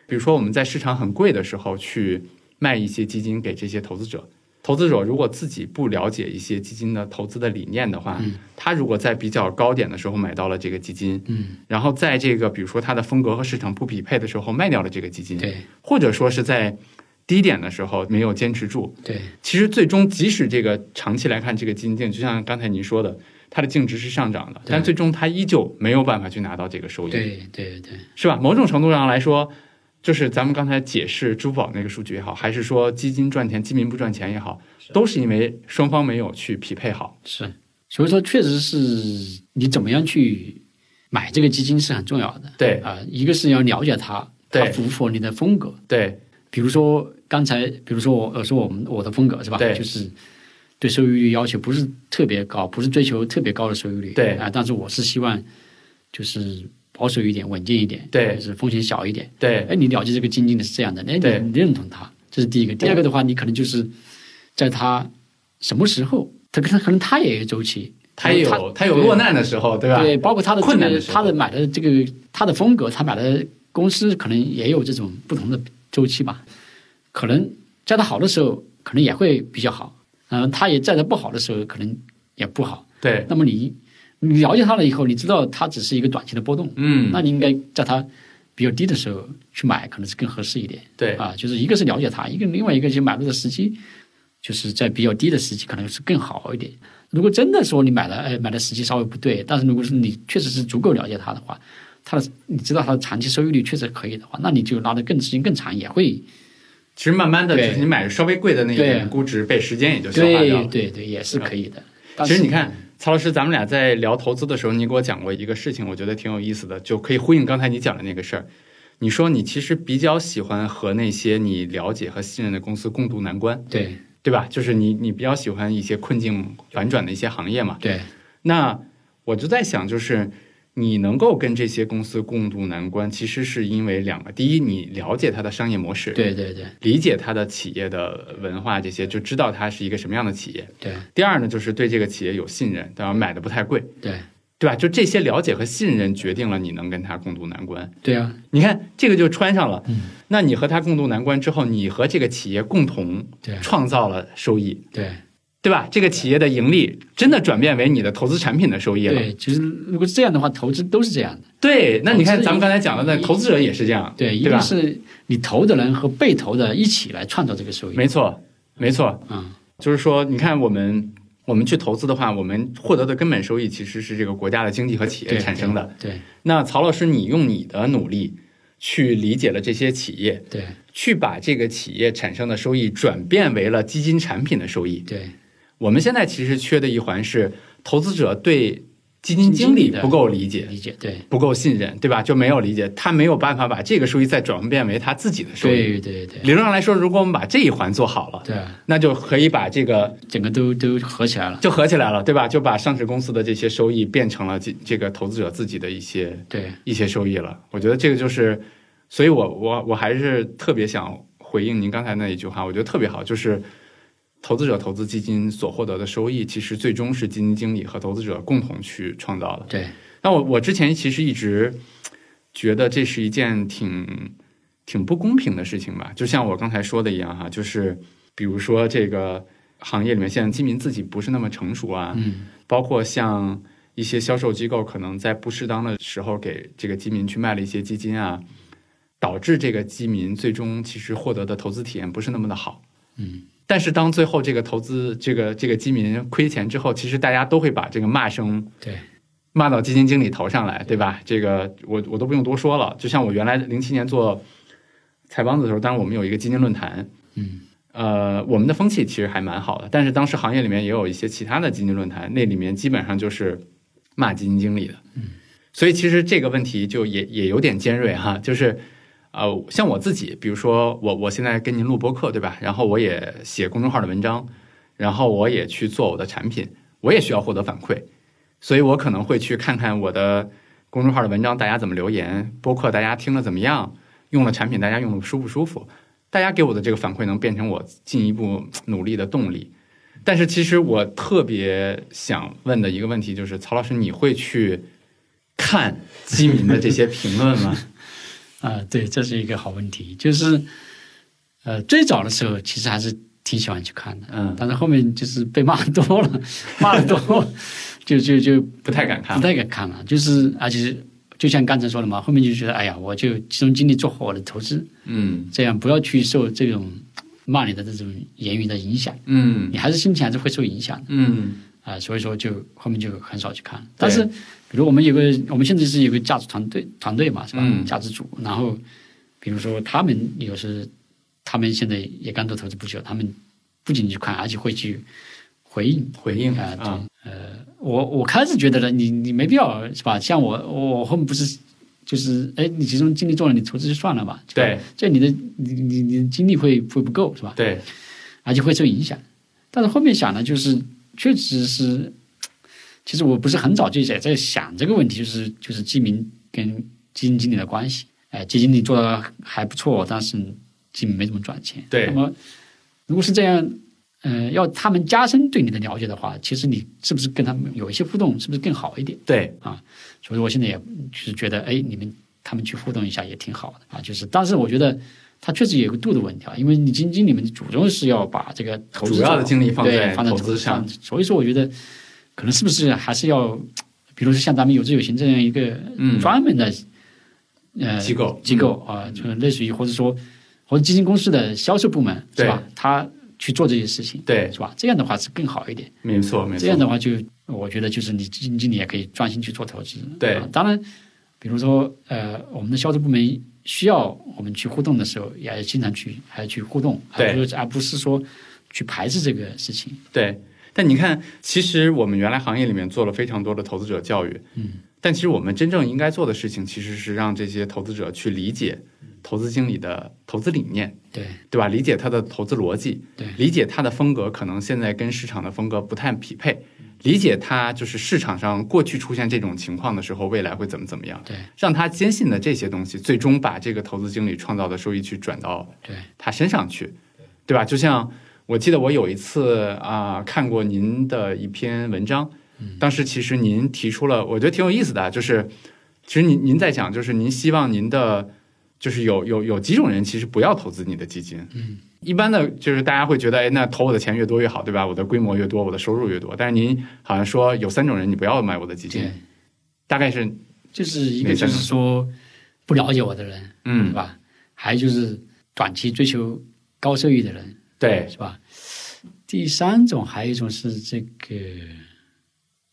A: 比如说，我们在市场很贵的时候去卖一些基金给这些投资者，投资者如果自己不了解一些基金的投资的理念的话，
B: 嗯
A: 他如果在比较高点的时候买到了这个基金，
B: 嗯，
A: 然后在这个比如说它的风格和市场不匹配的时候卖掉了这个基金，
B: 对，
A: 或者说是在低点的时候没有坚持住。
B: 对，
A: 其实最终即使这个长期来看，这个金靖就像刚才您说的，它的净值是上涨的，但最终它依旧没有办法去拿到这个收益，
B: 对对对，
A: 是吧？某种程度上来说，就是咱们刚才解释珠宝那个数据也好，还是说基金赚钱、基民不赚钱也好，都是因为双方没有去匹配好。
B: 是。所以说，确实是你怎么样去买这个基金是很重要的。
A: 对
B: 啊、一个是要了解它，它
A: 对
B: 符不符合你的风格。
A: 对
B: 比如说刚才，比如说我呃我说我们我的风格是吧？
A: 对
B: 就是对收益率要求不是特别高，不是追求特别高的收益率。
A: 对
B: 啊、但是我是希望就是保守一点，稳健一点，
A: 对
B: 就是风险小一点。
A: 对
B: 哎，你了解这个基金的是这样的，哎，
A: 对
B: 你你认同它，这是第一个。第二个的话，你可能就是在它什么时候，它可能可能它也有周期，
A: 他也有他有落难的时候，对吧？
B: 对，包括他的这
A: 困难
B: 个
A: 的时候
B: 他的买的这个他的风格，他买的公司可能也有这种不同的周期吧。可能在他好的时候，可能也会比较好，嗯、他也在他不好的时候，可能也不好。
A: 对，
B: 那么你你了解他了以后，你知道它只是一个短期的波动，
A: 嗯，
B: 那你应该在它比较低的时候去买，可能是更合适一点。
A: 对
B: 啊，就是一个是了解它，一个另外一个就是买入的时机，就是在比较低的时机可能是更好一点。如果真的说你买了，哎，买的时机稍微不对，但是如果是你确实是足够了解它的话，它的你知道它的长期收益率确实可以的话，那你就拉的更时间更长，也会
A: 其实慢慢的，
B: 对
A: 就是你买稍微贵的那一
B: 对
A: 点，估值被时间也就消化掉
B: 对
A: 了。
B: 对对，也是可以的。但
A: 其
B: 是
A: 实你看，，曹老师，咱们俩在聊投资的时候，你给我讲过一个事情，我觉得挺有意思的，就可以呼应刚才你讲的那个事儿。你说你其实比较喜欢和那些你了解和信任的公司共度难关，
B: 对
A: 对吧？就是你你比较喜欢一些困境反转的一些行业嘛。
B: 对
A: 那我就在想，就是你能够跟这些公司共度难关，其实是因为两个：第一，你了解它的商业模式，
B: 对对对
A: 理解它的企业的文化，这些就知道它是一个什么样的企业；
B: 对
A: 第二呢，就是对这个企业有信任，当然买的不太贵，
B: 对
A: 对吧？就这些了解和信任决定了你能跟它共度难关。
B: 对啊，
A: 你看，这个就穿上了。
B: 嗯
A: 那你和它共度难关之后，你和这个企业共同
B: 对
A: 创造了收益，
B: 对。
A: 对吧？这个企业的盈利真的转变为你的投资产品的收益了。
B: 对，其实如果是这样的话，投资都是这样的。
A: 对，那你看咱们刚才讲的那
B: 投
A: 投
B: 资嗯
A: 资者也是这样，
B: 对，一
A: 吧
B: 定？是你投的人和被投的一起来创造这个收益。
A: 没错，没错，
B: 嗯，
A: 就是说，你看我们我们去投资的话，我们获得的根本收益其实是这个国家的经济和企业
B: 对，
A: 产生的。
B: 对
A: 那曹老师，你用你的努力去理解了这些企业，
B: 对
A: 去把这个企业产生的收益转变为了基金产品的收益。
B: 对
A: 我们现在其实缺的一环是投资者对基金经
B: 基金经理
A: 理
B: 的
A: 不够理解
B: 对，。理解对
A: 不够信任，对吧？就没有理解，他没有办法把这个收益再转变为他自己的收益。
B: 对对对
A: 理论上来说，如果我们把这一环做好了，
B: 对啊，
A: 那就可以把这个
B: 整个都都合起来了。
A: 就合起来了，对吧？就把上市公司的这些收益变成了这这个投资者自己的一些
B: 对
A: 一些收益了。我觉得这个就是，所以我我我还是特别想回应您刚才那一句话，我觉得特别好，就是投资者投资基金所获得的收益，其实最终是基金经理和投资者共同去创造的。
B: 对
A: 那我我之前其实一直觉得这是一件挺挺不公平的事情吧，就像我刚才说的一样哈，就是比如说这个行业里面现在基民自己不是那么成熟啊，
B: 嗯，
A: 包括像一些销售机构可能在不适当的时候给这个基民去卖了一些基金啊，导致这个基民最终其实获得的投资体验不是那么的好，
B: 嗯。
A: 但是当最后这个投资这个这个基民亏钱之后，其实大家都会把这个骂声
B: 对
A: 骂到基金经理头上来，对吧？这个我我都不用多说了。就像我原来零七年做财帮子的时候，当然我们有一个基金论坛，
B: 嗯，
A: 呃，我们的风气其实还蛮好的。但是当时行业里面也有一些其他的基金论坛，那里面基本上就是骂基金经理的。嗯，所以其实这个问题就也也有点尖锐哈，就是呃，像我自己，比如说我我现在跟您录播客，对吧？然后我也写公众号的文章，然后我也去做我的产品，我也需要获得反馈，所以我可能会去看看我的公众号的文章大家怎么留言，播客大家听了怎么样，用了产品大家用的舒不舒服，大家给我的这个反馈能变成我进一步努力的动力。但是其实我特别想问的一个问题就是，曹老师，你会去看基民的这些评论
B: [laughs]
A: 吗？
B: 啊、对，这是一个好问题。就是呃，最早的时候其实还是挺喜欢去看的，
A: 嗯
B: 但是后面就是被骂多了， [laughs] 骂的多，就就就
A: 不太敢看
B: 不太敢看了。就是而且就像刚才说的嘛，后面就觉得哎呀，我就集中精力做好我的投资，
A: 嗯
B: 这样不要去受这种骂你的这种言语的影响，
A: 嗯
B: 你还是心情还是会受影响的
A: 嗯
B: 啊、所以说就后面就很少去看了。但是，比如我们有个，我们现在是有个价值团队团队嘛，是吧？
A: 嗯
B: 价值组，然后比如说他们有时他们现在也刚做投资不久，他们不仅去看，而且会去回应
A: 回应
B: 啊、对
A: 啊，
B: 呃，我我开始觉得呢，你你没必要是吧？像我我我后面不是就是哎，你集中精力做了，你投资就算了吧，
A: 对，
B: 这你的你你你的精力会会不够是吧？
A: 对，
B: 而且会受影响。但是后面想呢，就是确实是，其实我不是很早就也在想这个问题，就是就是基民跟基金经理的关系。哎，基金经理做的还不错，但是基民没怎么赚钱。
A: 对
B: 那么如果是这样，呃，要他们加深对你的了解的话，其实你是不是跟他们有一些互动，是不是更好一点？
A: 对，
B: 所以我现在也就是觉得，哎，你们他们去互动一下也挺好的啊。就是，但是我觉得它确实有个度的问题啊，因为你基金里面主动是要把这个投资
A: 主要的精力放在
B: 对放在
A: 投
B: 投
A: 资
B: 资
A: 上，
B: 所以说我觉得可能是不是还是要，比如说像咱们有志有行这样一个
A: 嗯
B: 专门的、呃
A: 机构嗯
B: 机构啊、就是类似于或者说或者基金公司的销售部门是吧？他去做这些事情，
A: 对
B: 是吧？这样的话是更好一点。
A: 没错没
B: 这样
A: 错，
B: 的话就，我觉得就是你基金经理也可以专心去做投资。
A: 对
B: 啊当然，比如说呃，我们的销售部门需要我们去互动的时候，也经常去还去互动，
A: 对
B: 而不是而不是说去排斥这个事情。
A: 对。但你看，其实我们原来行业里面做了非常多的投资者教育，
B: 嗯，
A: 但其实我们真正应该做的事情，其实是让这些投资者去理解投资经理的投资理念，
B: 对
A: 对吧？理解他的投资逻辑，
B: 对
A: 理解他的风格可能现在跟市场的风格不太匹配，
B: 嗯
A: 理解他就是市场上过去出现这种情况的时候，未来会怎么怎么样，
B: 对
A: 让他坚信的这些东西，最终把这个投资经理创造的收益去转到
B: 对
A: 他身上去，对吧？就像我记得我有一次啊、看过您的一篇文章，
B: 嗯
A: 当时其实您提出了，我觉得挺有意思的啊，就是其实您您在讲，就是您希望您的就是有有有几种人其实不要投资你的基金，
B: 嗯，
A: 一般的就是大家会觉得，哎，那投我的钱越多越好，对吧？我的规模越多，我的收入越多。但是您好像说有三种人你不要买我的基
B: 对
A: 金，，大概是
B: 就是一个
A: 哪三
B: 就
A: 种
B: 是说不了解我的人，是
A: 嗯，
B: 吧？还有就是短期追求高收益的人，
A: 对，
B: 是吧？第三种还有一种是这个，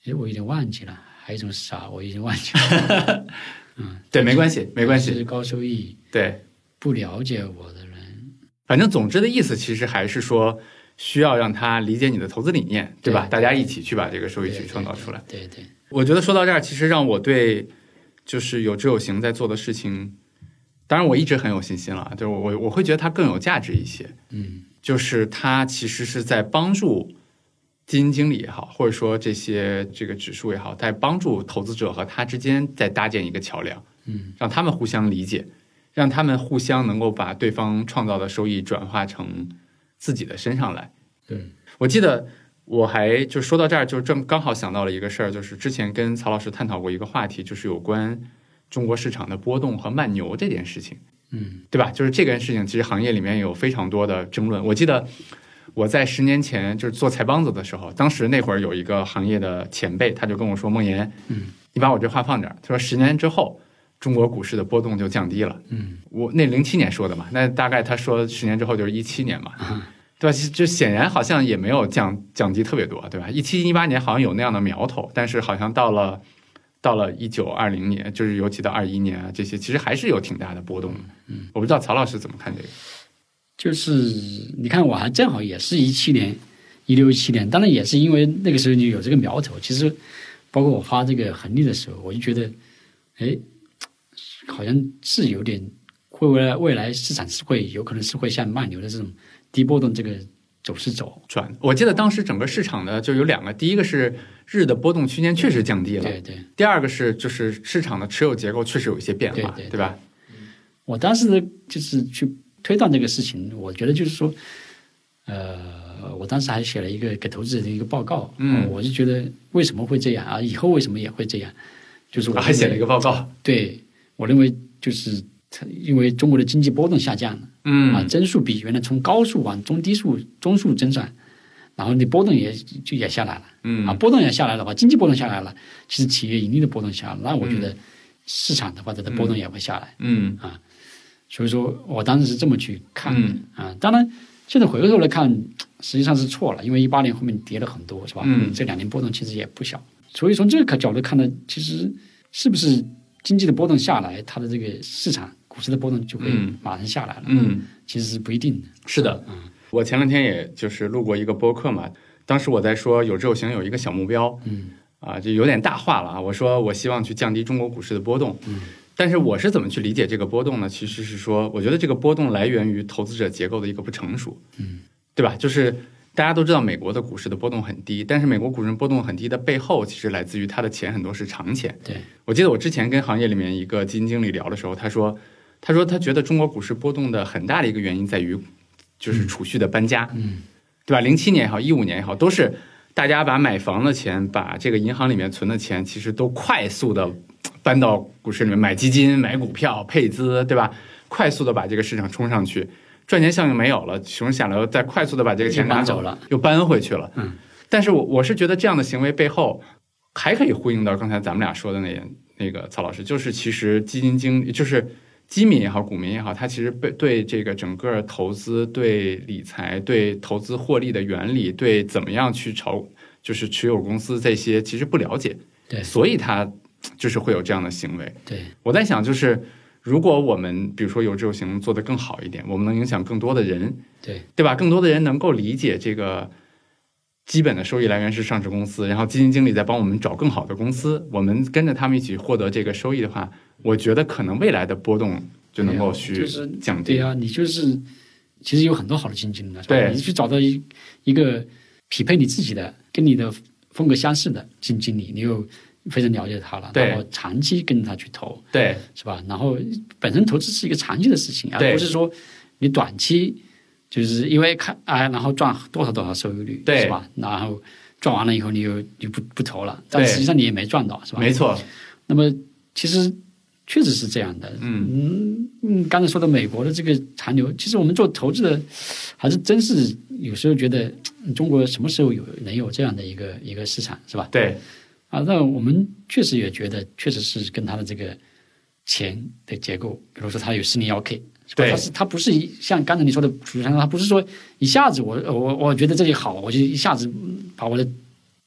B: 哎，我有点忘记了，还有一种是啥？我已经忘记了。
A: 对，
B: 嗯
A: 没关系，没关
B: 是
A: 系，
B: 高收益，
A: 对。
B: 不了解我的人，
A: 反正总之的意思，其实还是说需要让他理解你的投资理念，对吧？
B: 对
A: 大家一起去把这个收益
B: 对
A: 去创造出来。。
B: 对对，
A: 我觉得说到这儿，其实让我对就是有知有行在做的事情，当然我一直很有信心了，就是我我会觉得它更有价值一些。
B: 嗯，
A: 就是它其实是在帮助基金经理也好，或者说这些这个指数也好，在帮助投资者和他之间在搭建一个桥梁，
B: 嗯，
A: 让他们互相理解，让他们互相能够把对方创造的收益转化成自己的身上来。
B: 对，
A: 我记得我还就说到这儿，就正刚好想到了一个事儿，就是之前跟曹老师探讨过一个话题，就是有关中国市场的波动和慢牛这件事情。
B: 嗯
A: 对吧？就是这件事情，其实行业里面有非常多的争论。我记得我在十年前就是做财帮子的时候，当时那会儿有一个行业的前辈，他就跟我说：“梦岩，
B: 嗯，
A: 你把我这话放这儿。”他说：“十年之后，中国股市的波动就降低了。
B: 嗯”
A: 我那零七年说的嘛，那大概他说十年之后就是一七年嘛，对吧？其实就显然好像也没有降降低特别多，对吧？一七一八年好像有那样的苗头，但是好像到了到了一九二零年，就是尤其到二一年啊这些，其实还是有挺大的波动的。嗯，我不知道曹老师怎么看这个。
B: 就是你看，我还正好也是一七年，一六一七年，当然也是因为那个时候就有这个苗头。其实，包括我发这个恒利的时候，我就觉得，哎，好像是有点会未来未来市场是会有可能是会向慢牛的这种低波动这个走势走。
A: 转，我记得当时整个市场的就有两个，第一个是日的波动区间确实降低了，
B: 对对。
A: 第二个是就是市场的持有结构确实有一些变化，
B: 对对
A: 吧？
B: 我当时呢，就是去推断这个事情，我觉得就是说，呃，我当时还写了一个给投资人的一个报告，
A: 嗯
B: 我就觉得为什么会这样啊？以后为什么也会这样？就是我
A: 啊
B: 啊
A: 我还写了一
B: 个，
A: 个报告，
B: 对我认为就是它因为中国的经济波动下降了，啊，
A: 嗯，
B: 增速比原来从高速往中低速、中速增长，然后你波动也就也下来了，
A: 嗯
B: 啊，波动也下来的话，经济波动下来了，其实企业盈利的波动下来了，那我觉得市场的话，它的波动也会下来。
A: 嗯
B: 所以说我当时是这么去看的、
A: 嗯
B: 啊。当然，现在回过头来看，实际上是错了，因为一八年后面跌了很多，是吧？
A: 嗯
B: 这两年波动其实也不小，所以从这个角度看呢，其实是不是经济的波动下来，它的这个市场股市的波动就会
A: 嗯
B: 马上下来了？
A: 嗯，
B: 其实是不一定的。
A: 是的，
B: 嗯
A: 我前两天也就是录过一个播客嘛，当时我在说有志有行有一个小目标，
B: 嗯
A: 啊，就有点大话了啊。我说我希望去降低中国股市的波动，
B: 嗯
A: 但是我是怎么去理解这个波动呢？其实是说，我觉得这个波动来源于投资者结构的一个不成熟，
B: 嗯，
A: 对吧？就是大家都知道美国的股市的波动很低，但是美国股市波动很低的背后，其实来自于它的钱很多是长钱。
B: 对，
A: 我记得我之前跟行业里面一个基金经理聊的时候，他说，他说他觉得中国股市波动的很大的一个原因在于，就是储蓄的搬家，
B: 嗯，
A: 对吧？零七年也好，一五年也好，都是大家把买房的钱，把这个银行里面存的钱，其实都快速的搬到股市里面买基金、买股票、配资，对吧？快速的把这个市场冲上去，赚钱效应没有了，熊市下来后再快速的把这个钱拿
B: 搬
A: 走
B: 走，了，
A: 又搬回去了。
B: 嗯，
A: 但是我我是觉得这样的行为背后，还可以呼应到刚才咱们俩说的那那个曹老师，就是其实基金经就是基民也好，股民也好，他其实被对这个整个投资、对理财、对投资获利的原理、对怎么样去炒，就是持有公司这些其实不了解，
B: 对
A: 所以他就是会有这样的行为。
B: 对，
A: 我在想，就是如果我们比如说有志有行做得更好一点，我们能影响更多的人，
B: 对
A: 对吧？更多的人能够理解这个基本的收益来源是上市公司，然后基金经理在帮我们找更好的公司，我们跟着他们一起获得这个收益的话，我觉得可能未来的波动就能够去
B: 哎就是
A: 降低。
B: 对啊，你就是其实有很多好的基金经理的，是吧
A: 对
B: 你去找到一一个匹配你自己的、跟你的风格相似的基金经理，你又非常了解他了，
A: 对
B: 然后长期跟着他去投，
A: 对
B: 是吧？然后本身投资是一个长期的事情，
A: 对
B: 而不是说你短期就是因为看啊，然后赚多少多少收益率，
A: 对
B: 是吧？然后赚完了以后你又你不不投了，
A: 对
B: 但实际上你也没赚到，是吧？
A: 没错，
B: 那么其实确实是这样的。嗯嗯，刚才说的美国的这个残留，其实我们做投资的，还是真是有时候觉得嗯中国什么时候有能有这样的一个一个市场，是吧？
A: 对
B: 啊，那我们确实也觉得，确实是跟它的这个钱的结构，比如说它有四零幺 K，是吧
A: 对
B: 它是它不是一像刚才你说的储蓄上，它不是说一下子我我我觉得这里好，我就一下子嗯把我的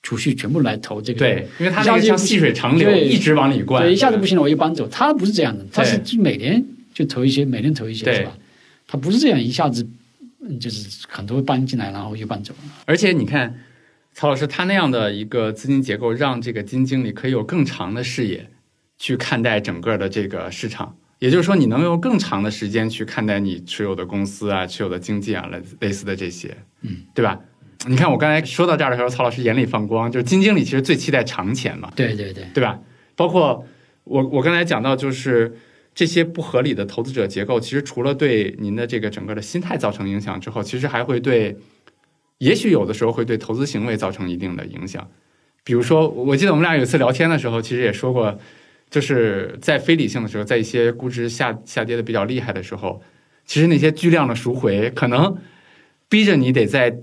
B: 储蓄全部来投这个，
A: 对，因为它那个像细水长流，
B: 对
A: 一直往里灌，
B: 对，一下子不行了，我就搬走。他不是这样的，他是
A: 对
B: 就每年就投一些，每年投一些，
A: 对
B: 是吧？他不是这样一下子，嗯就是很多搬进来，然后又搬走。
A: 而且你看，曹老师他那样的一个资金结构，让这个基金经理可以有更长的视野去看待整个的这个市场。也就是说，你能用更长的时间去看待你持有的公司啊、持有的经济啊，类类似的这些，
B: 嗯，
A: 对吧？你看我刚才说到这儿的时候，曹老师眼里放光，就是基金经理其实最期待长钱嘛，
B: 对对对，
A: 对吧？包括我我刚才讲到，就是这些不合理的投资者结构，其实除了对您的这个整个的心态造成影响之后，其实还会对，也许有的时候会对投资行为造成一定的影响。比如说，我我记得我们俩有一次聊天的时候，其实也说过，就是在非理性的时候，在一些估值下下跌的比较厉害的时候，其实那些巨量的赎回，可能逼着你得在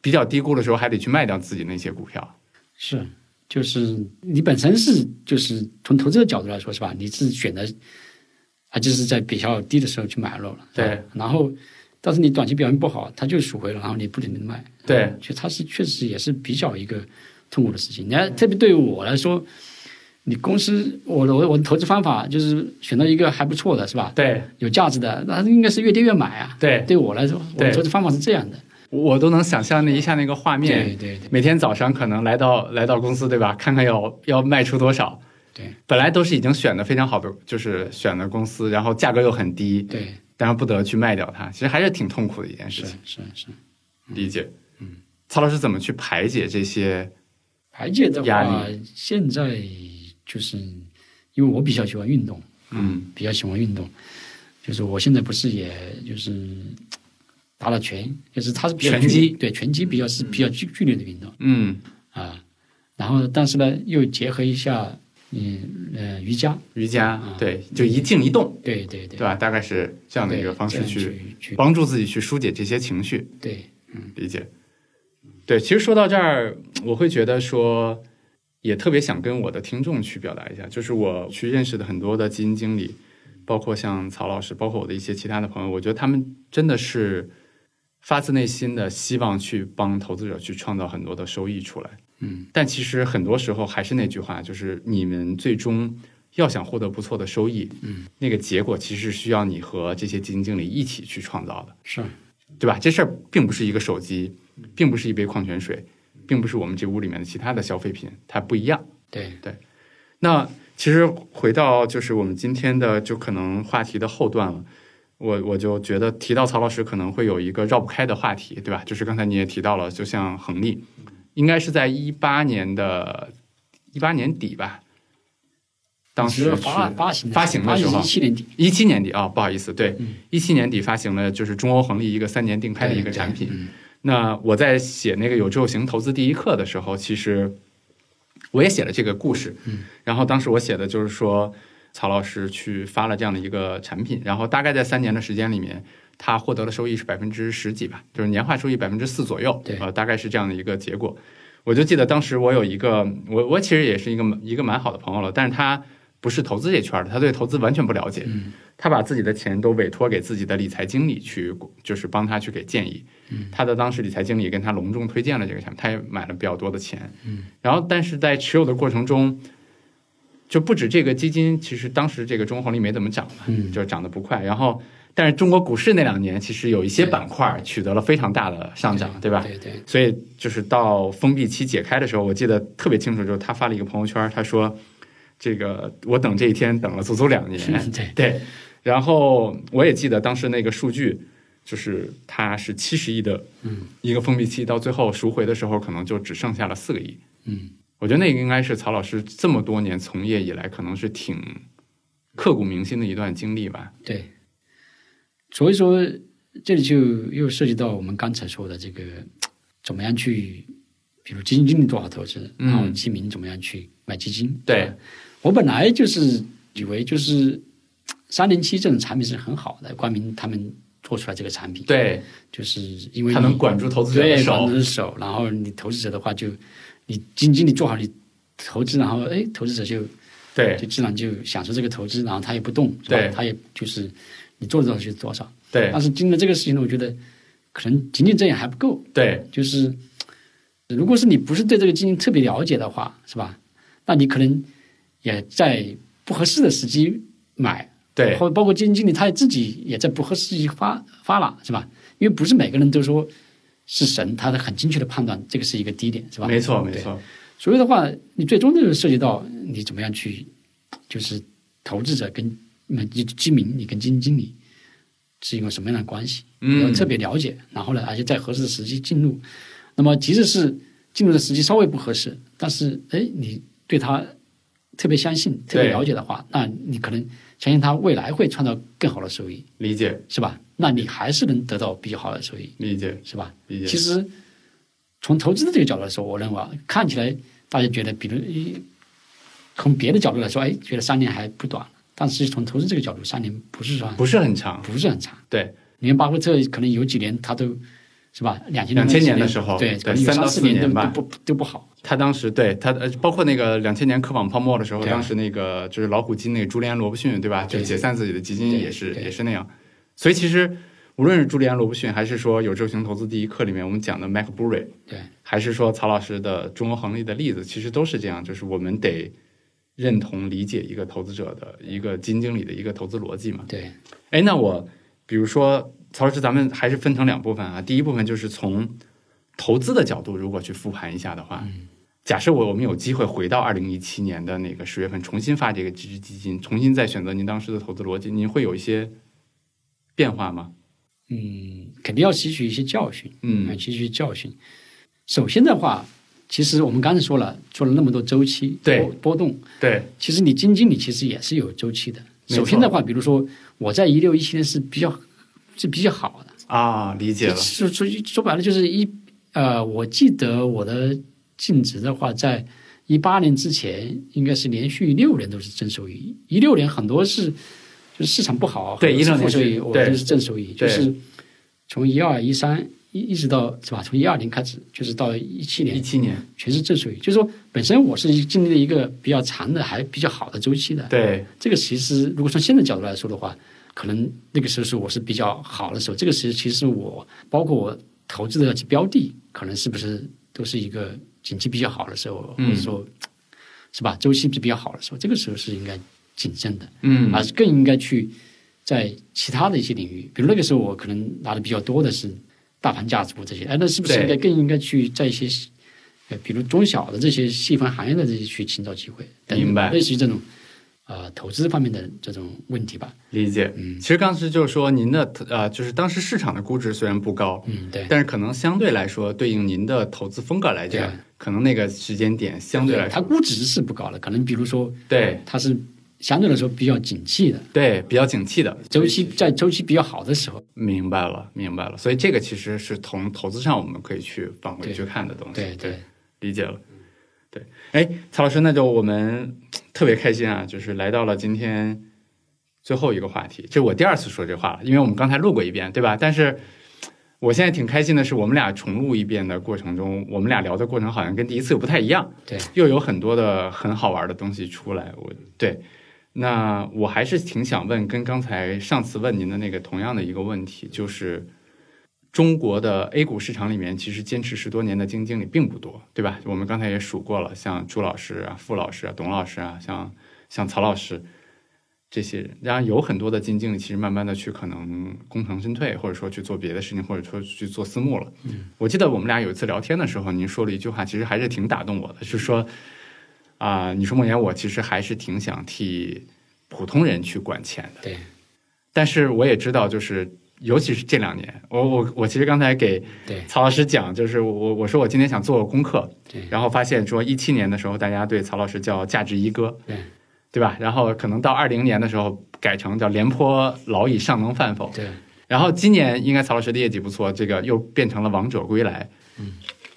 A: 比较低估的时候，还得去卖掉自己那些股票。
B: 是，嗯就是你本身是就是从投资的角度来说，是吧？你是选择啊，就是在比较低的时候去买入了，是吧
A: 对。
B: 然后，但是你短期表现不好，它就赎回了，然后你不停的卖，
A: 对，
B: 就它是确实也是比较一个痛苦的事情。你看，特别对于我来说，你公司我的我我的投资方法就是选到一个还不错的，是吧？
A: 对，
B: 有价值的，那应该是越跌越买啊。
A: 对
B: 对我来说，我的
A: 对
B: 投资方法是这样的。
A: 我都能想象那一下那个画面，
B: 对对对
A: 每天早上可能来到来到公司，对吧？看看要要卖出多少。
B: 对
A: 本来都是已经选的非常好的，就是选的公司，然后价格又很低，
B: 对，
A: 但是不得去卖掉它，其实还是挺痛苦的一件事
B: 是
A: 情。
B: 是是。
A: 理解。嗯，曹老师怎么去排解这些？
B: 排解的
A: 压
B: 话，现在就是因为我比较喜欢运动，
A: 嗯
B: 比较喜欢运动，就是我现在不是也就是打打拳，就是它是比较
A: 拳
B: 剧
A: 击
B: 对拳击比较是比较剧剧烈的运动
A: 嗯，
B: 啊。然后，但是呢，又结合一下嗯呃瑜伽，
A: 瑜伽
B: 啊
A: 对，就一静一动，
B: 对对对
A: 对，吧？大概是这样的一个
B: 对
A: 方式
B: 这样
A: 去
B: 去去
A: 帮助自己去疏解这些情绪。
B: 对
A: 理解。嗯对，其实说到这儿，我会觉得说，也特别想跟我的听众去表达一下，就是我去认识的很多的基金经理，包括像曹老师，包括我的一些其他的朋友，我觉得他们真的是发自内心的希望去帮投资者去创造很多的收益出来。
B: 嗯，
A: 但其实很多时候还是那句话，就是你们最终要想获得不错的收益，
B: 嗯，
A: 那个结果其实是需要你和这些基金经理一起去创造的，
B: 是，
A: 对吧？这事儿并不是一个手机，并不是一杯矿泉水，并不是我们这屋里面的其他的消费品，它不一样。
B: 对，
A: 那其实回到就是我们今天的就可能话题的后段了，我我就觉得提到曹老师可能会有一个绕不开的话题，对吧？就是刚才你也提到了，就像恒利，应该是在一八年的一八年底吧，当时
B: 是
A: 是
B: 发发行
A: 发行的
B: 发
A: 时
B: 行
A: 候
B: 一七年底
A: 一七年底啊、不好意思，对
B: 嗯，
A: 一七年底发行了就是中欧恒利一个三年定开的一个产品，，
B: 嗯
A: 那我在写那个有志有行投资第一课的时候，其实我也写了这个故事。
B: 嗯，
A: 然后当时我写的就是说，曹老师去发了这样的一个产品，然后大概在三年的时间里面，他获得了收益是百分之十几吧，就是年化收益百分之四左右。
B: 对
A: 呃，大概是这样的一个结果。我就记得当时我有一个，我我其实也是一个一个蛮好的朋友了，但是他不是投资这圈儿的，他对投资完全不了解。
B: 嗯
A: 他把自己的钱都委托给自己的理财经理去，就是帮他去给建议。他的当时理财经理跟他隆重推荐了这个产品，他也买了比较多的钱。
B: 嗯，
A: 然后但是在持有的过程中，就不止这个基金，其实当时这个中国红利没怎么涨嘛，
B: 嗯
A: 就涨得不快。然后，但是中国股市那两年其实有一些板块取得了非常大的上涨，对吧？
B: 对对，
A: 所以就是到封闭期解开的时候，我记得特别清楚，就是他发了一个朋友圈，他说：“这个我等这一天等了足足
B: [laughs]
A: 两年。
B: 嗯对，
A: 对，然后我也记得当时那个数据，就是它是七十亿的
B: 嗯
A: 一个封闭期，到最后赎回的时候，可能就只剩下了四个亿。
B: 嗯，
A: 我觉得那个应该是曹老师这么多年从业以来，可能是挺刻骨铭心的一段经历吧。
B: 对。所以说，这里就又涉及到我们刚才说的这个，怎么样去，比如基金经理做好投资，
A: 嗯
B: 然后基民怎么样去买基金。
A: 对
B: 吧我本来就是以为就是三零七这种产品是很好的，冠名他们做出来这个产品，，
A: 对，
B: 就是因为
A: 他
B: 你
A: 能管住投资者的
B: 对，管
A: 手
B: 住。手，然后你投资者的话就，你基金经理做好你投资，然后哎，投资者就
A: 对
B: 就自然就享受这个投资，然后他也不动，是吧
A: 对
B: 他也就是你做多少就是多少。
A: 对
B: 但是经历这个事情呢，我觉得可能仅仅这样还不够，
A: 对
B: 就是如果是你不是对这个基金特别了解的话，是吧？那你可能也在不合适的时机买，
A: 对
B: 或包括基金经理他自己也在不合适时机发发了，是吧？因为不是每个人都说是神，他的很精确的判断这个是一个低点，是吧？
A: 没错没
B: 对
A: 错，
B: 所以的话，你最终就是涉及到你怎么样去，就是投资者跟嗯基基民，你跟基金经理是一个什么样的关系？你要
A: 嗯，
B: 特别了解，然后呢，而且在合适的时机进入。那么，即使是进入的时机稍微不合适，但是哎，你对他特别相信、特别
A: 对
B: 了解的话，那你可能相信他未来会创造更好的收益，
A: 理解
B: 是吧？那你还是能得到比较好的收益，
A: 理解
B: 是吧？
A: 理解，
B: 其实从投资的这个角度来说，我认为啊，看起来大家觉得，比如一从别的角度来说，哎，觉得三年还不短，但是从投资这个角度，三年不是算
A: 不是很长。
B: 不是很长。
A: 对，
B: 你看巴菲特可能有几年他都是吧，两千
A: 2000年的时候
B: 对，
A: 对
B: 可能有
A: 三到
B: 四
A: 四
B: 都
A: 年吧
B: 都不都不好。
A: 他当时对他呃，包括那个两千年科网泡沫的时候，
B: 对啊
A: 当时那个就是老虎基那个朱利安·罗布逊，对吧？就
B: 对
A: 是解散自己的基金
B: 对
A: 也是
B: 对
A: 也是那样。所以其实无论是朱利安·罗布逊，还是说有志行投资第一课里面我们讲的 Mac b u r y
B: 对，
A: 还是说曹老师的中国恒利的例子，其实都是这样，就是我们得认同理解一个投资者的一个基金经理的一个投资逻辑嘛。
B: 对，
A: 哎，那我比如说曹老师，咱们还是分成两部分啊。第一部分就是从投资的角度，如果去复盘一下的话，
B: 嗯
A: 假设我我们有机会回到二零一七年的那个十月份，重新发这个基金基金，重新再选择您当时的投资逻辑，您会有一些变化吗？
B: 嗯，肯定要吸取一些教训，要
A: 嗯，
B: 吸取教训。首先的话，其实我们刚才说了，做了那么多周期
A: 对
B: 波波动，
A: 对
B: 其实你基金经理其实也是有周期的。
A: 没错
B: 首先的话，比如说我在一六一七年是比较是比较好的，
A: 啊，理解了，
B: 说说说白了就是一呃，我记得我的净值的话，在一八年之前应该是连续六年都是正收益，一六年很多是就是市场不好，
A: 对
B: 很多是
A: 16年
B: 负收益，
A: 是
B: 我
A: 对
B: 就是正收益，就
A: 对
B: 是从一二一三一一直到是吧？从一二年开始，就是到一
A: 一
B: 七年，
A: 七年，
B: 全是正数据。就是说，本身我是经历了一个比较长的、还比较好的周期的。
A: 对，
B: 这个其实如果从现在角度来说的话，可能那个时候是我是比较好的时候。这个时候其实我包括我投资的标的，可能是不是都是一个景气比较好的时候，
A: 嗯
B: 或者说是吧，周期比较好的时候，这个时候是应该谨慎的，
A: 嗯
B: 而是更应该去在其他的一些领域，比如那个时候我可能拿的比较多的是大盘价值股这些，哎，那是不是
A: 对
B: 应该更应该去在一些呃，比如中小的这些细分行业的这些去寻找机会，等
A: 明白
B: 类似于这种呃投资方面的这种问题吧。
A: 理解。
B: 嗯
A: 其实当时就是说，您的呃，就是当时市场的估值虽然不高，
B: 嗯，对，
A: 但是可能相对来说，对应您的投资风格来讲
B: 对，
A: 可能那个时间点相对来
B: 它
A: 说，
B: 估值是不高的，可能比如说
A: 对
B: 它是相对来说比较景气的，
A: 对，比较景气的。
B: 周期在周期比较好的时候，
A: 明白了，明白了。所以这个其实是从投资上我们可以去返回
B: 对
A: 去看的东西。
B: 对对，
A: 理解了。对，哎，曹老师，那就我们特别开心啊，就是来到了今天最后一个话题，这是我第二次说这话了，因为我们刚才录过一遍，对吧？但是我现在挺开心的是，我们俩重录一遍的过程中，我们俩聊的过程好像跟第一次又不太一样，
B: 对，
A: 又有很多的很好玩的东西出来。我对，那我还是挺想问，跟刚才上次问您的那个同样的一个问题，就是。中国的 A 股市场里面，其实坚持十多年的基金经理并不多，对吧？我们刚才也数过了，像朱老师啊、傅老师啊、董老师啊，像像曹老师这些人，当然有很多的基金经理其实慢慢的去可能功成身退，或者说去做别的事情，或者说去做私募了。嗯，我记得我们俩有一次聊天的时候，您说了一句话，其实还是挺打动我的，是说啊、你说梦岩，我其实还是挺想替普通人去管钱的。
B: 对
A: 但是我也知道，就是尤其是这两年，我我我其实刚才给
B: 对
A: 曹老师讲，就是我我说我今天想做个功课，
B: 对
A: 然后发现说一七年的时候，大家对曹老师叫价值一哥，
B: 对
A: 对吧？然后可能到二零年的时候改成叫廉颇老矣尚能饭否，
B: 对，
A: 然后今年应该曹老师的业绩不错，这个又变成了王者归来。
B: 嗯，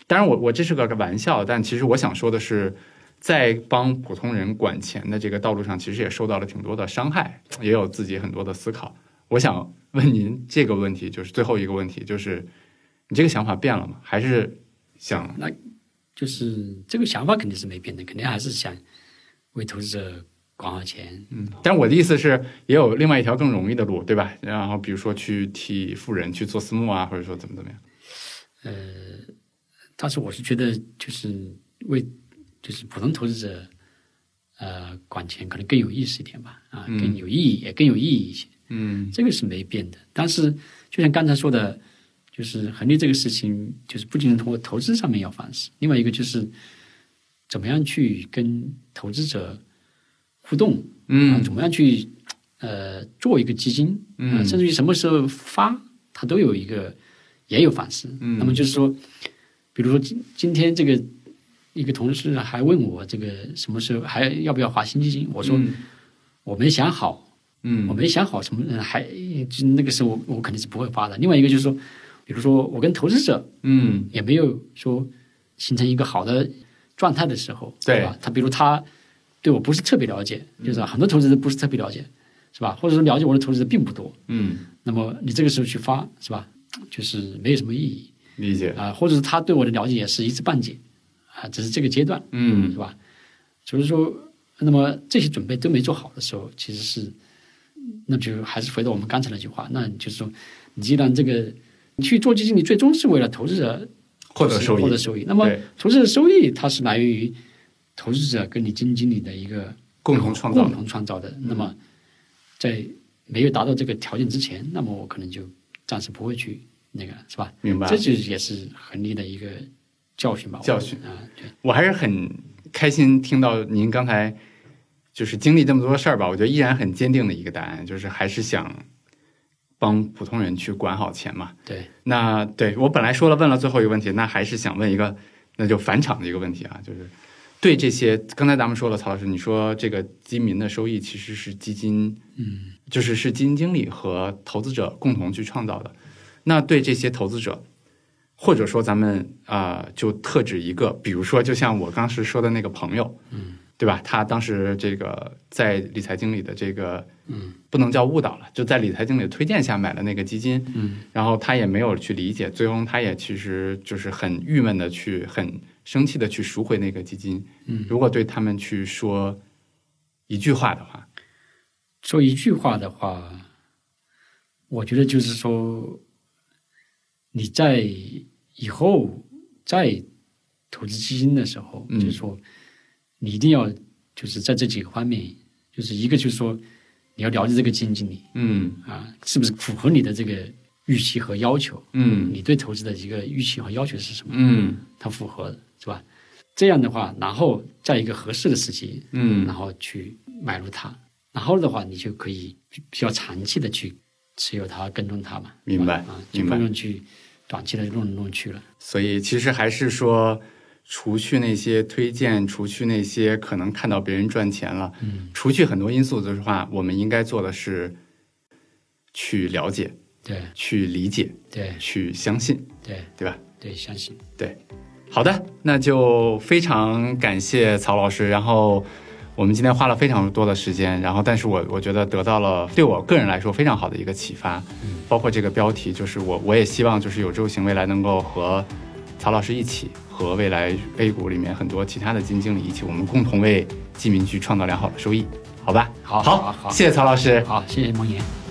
A: 当然我我这是个玩笑，但其实我想说的是，在帮普通人管钱的这个道路上，其实也受到了挺多的伤害，也有自己很多的思考。我想问您这个问题，就是最后一个问题，就是你这个想法变了吗？还是想
B: 就是这个想法肯定是没变的，肯定还是想为投资者管好钱。
A: 嗯？但我的意思是，也有另外一条更容易的路，对吧？然后比如说去替富人去做私募啊，或者说怎么怎么样？
B: 但是我是觉得，就是为就是普通投资者，呃，管钱可能更有意思一点吧，啊，
A: 嗯
B: 更有意义，也更有意义一些。
A: 嗯
B: 这个是没变的。但是就像刚才说的，就是恒利这个事情，就是不仅是通过投资上面要反思，另外一个就是怎么样去跟投资者互动，啊，
A: 嗯
B: 怎么样去呃做一个基金，
A: 嗯
B: 啊甚至于什么时候发，它都有一个也有反思。
A: 嗯
B: 那么就是说，比如说今今天这个。一个同事还问我这个什么时候还要不要划新基金，我说
A: 嗯
B: 我没想好，
A: 嗯
B: 我没想好什么，嗯还就那个时候我我肯定是不会发的。另外一个就是说，比如说我跟投资者
A: 嗯
B: 也没有说形成一个好的状态的时候，
A: 对嗯
B: 吧？他比如他对我不是特别了解，就是很多投资者不是特别了解，是吧？或者说了解我的投资者并不多，
A: 嗯，
B: 那么你这个时候去发，是吧？就是没有什么意义
A: 理解。
B: 啊、或者是他对我的了解也是一知半解啊、只是这个阶段，
A: 嗯
B: 是吧？所以说，那么这些准备都没做好的时候，其实是，那就还是回到我们刚才那句话，那就是说，你既然这个你去做基金，你最终是为了投资者
A: 获得收益
B: 获得收益。那么
A: 对
B: 投资者收益，它是来源于投资者跟你基金经理的一个
A: 共同创造
B: 共同创造的。那么，在没有达到这个条件之前，那么我可能就暂时不会去那个，是吧？
A: 明白
B: 这就是也是恒利的一个教训吧。我觉得
A: 啊教训
B: 啊，对。
A: 我还是很开心听到您刚才就是经历这么多事儿吧，我觉得依然很坚定的一个答案，就是还是想帮普通人去管好钱嘛。
B: 对，
A: 那对我本来说了问了最后一个问题，那还是想问一个，那就返场的一个问题啊，就是对这些刚才咱们说了，曹老师，你说这个基民的收益其实是基金，
B: 嗯，
A: 就是是基金经理和投资者共同去创造的。那对这些投资者，或者说咱们啊、呃就特指一个，比如说就像我当时说的那个朋友，
B: 嗯，
A: 对吧？他当时这个在理财经理的这个
B: 嗯
A: 不能叫误导了，就在理财经理的推荐下买了那个基金，
B: 嗯
A: 然后他也没有去理解，最终他也其实就是很郁闷的去，很生气的去赎回那个基金。
B: 嗯，
A: 如果对他们去说一句话的话，
B: 说一句话的话，我觉得就是说，你在以后再投资基金的时候，
A: 嗯
B: 就是说，你一定要就是在这几个方面，就是一个就是说，你要了解这个基金经理
A: 嗯
B: 啊，是不是符合你的这个预期和要求？
A: 嗯
B: 你对投资的一个预期和要求是什么？
A: 嗯
B: 它符合的是吧？这样的话，然后在一个合适的时机，然
A: 嗯
B: 后去买入它，然后的话，你就可以比比较长期的去持有它、跟踪它嘛。
A: 明白
B: 是吧啊，就
A: 明白
B: 不用去短期的弄来弄去了。
A: 所以其实还是说，除去那些推荐，除去那些可能看到别人赚钱了，
B: 嗯，
A: 除去很多因素的话，我们应该做的是去了解、
B: 对
A: 去理解、
B: 对
A: 去相信，
B: 对
A: 对吧？
B: 对，相信。
A: 对，好的，那就非常感谢曹老师。然后我们今天花了非常多的时间，然后但是我我觉得得到了对我个人来说非常好的一个启发，
B: 嗯
A: 包括这个标题，就是我我也希望就是有周行未来能够和曹老师一起，和未来 A 股里面很多其他的基金经理一起，我们共同为基民居创造良好的收益，好吧？
B: 好好
A: 好，
B: 好
A: 谢谢曹老师，
B: 好，谢谢梦妍。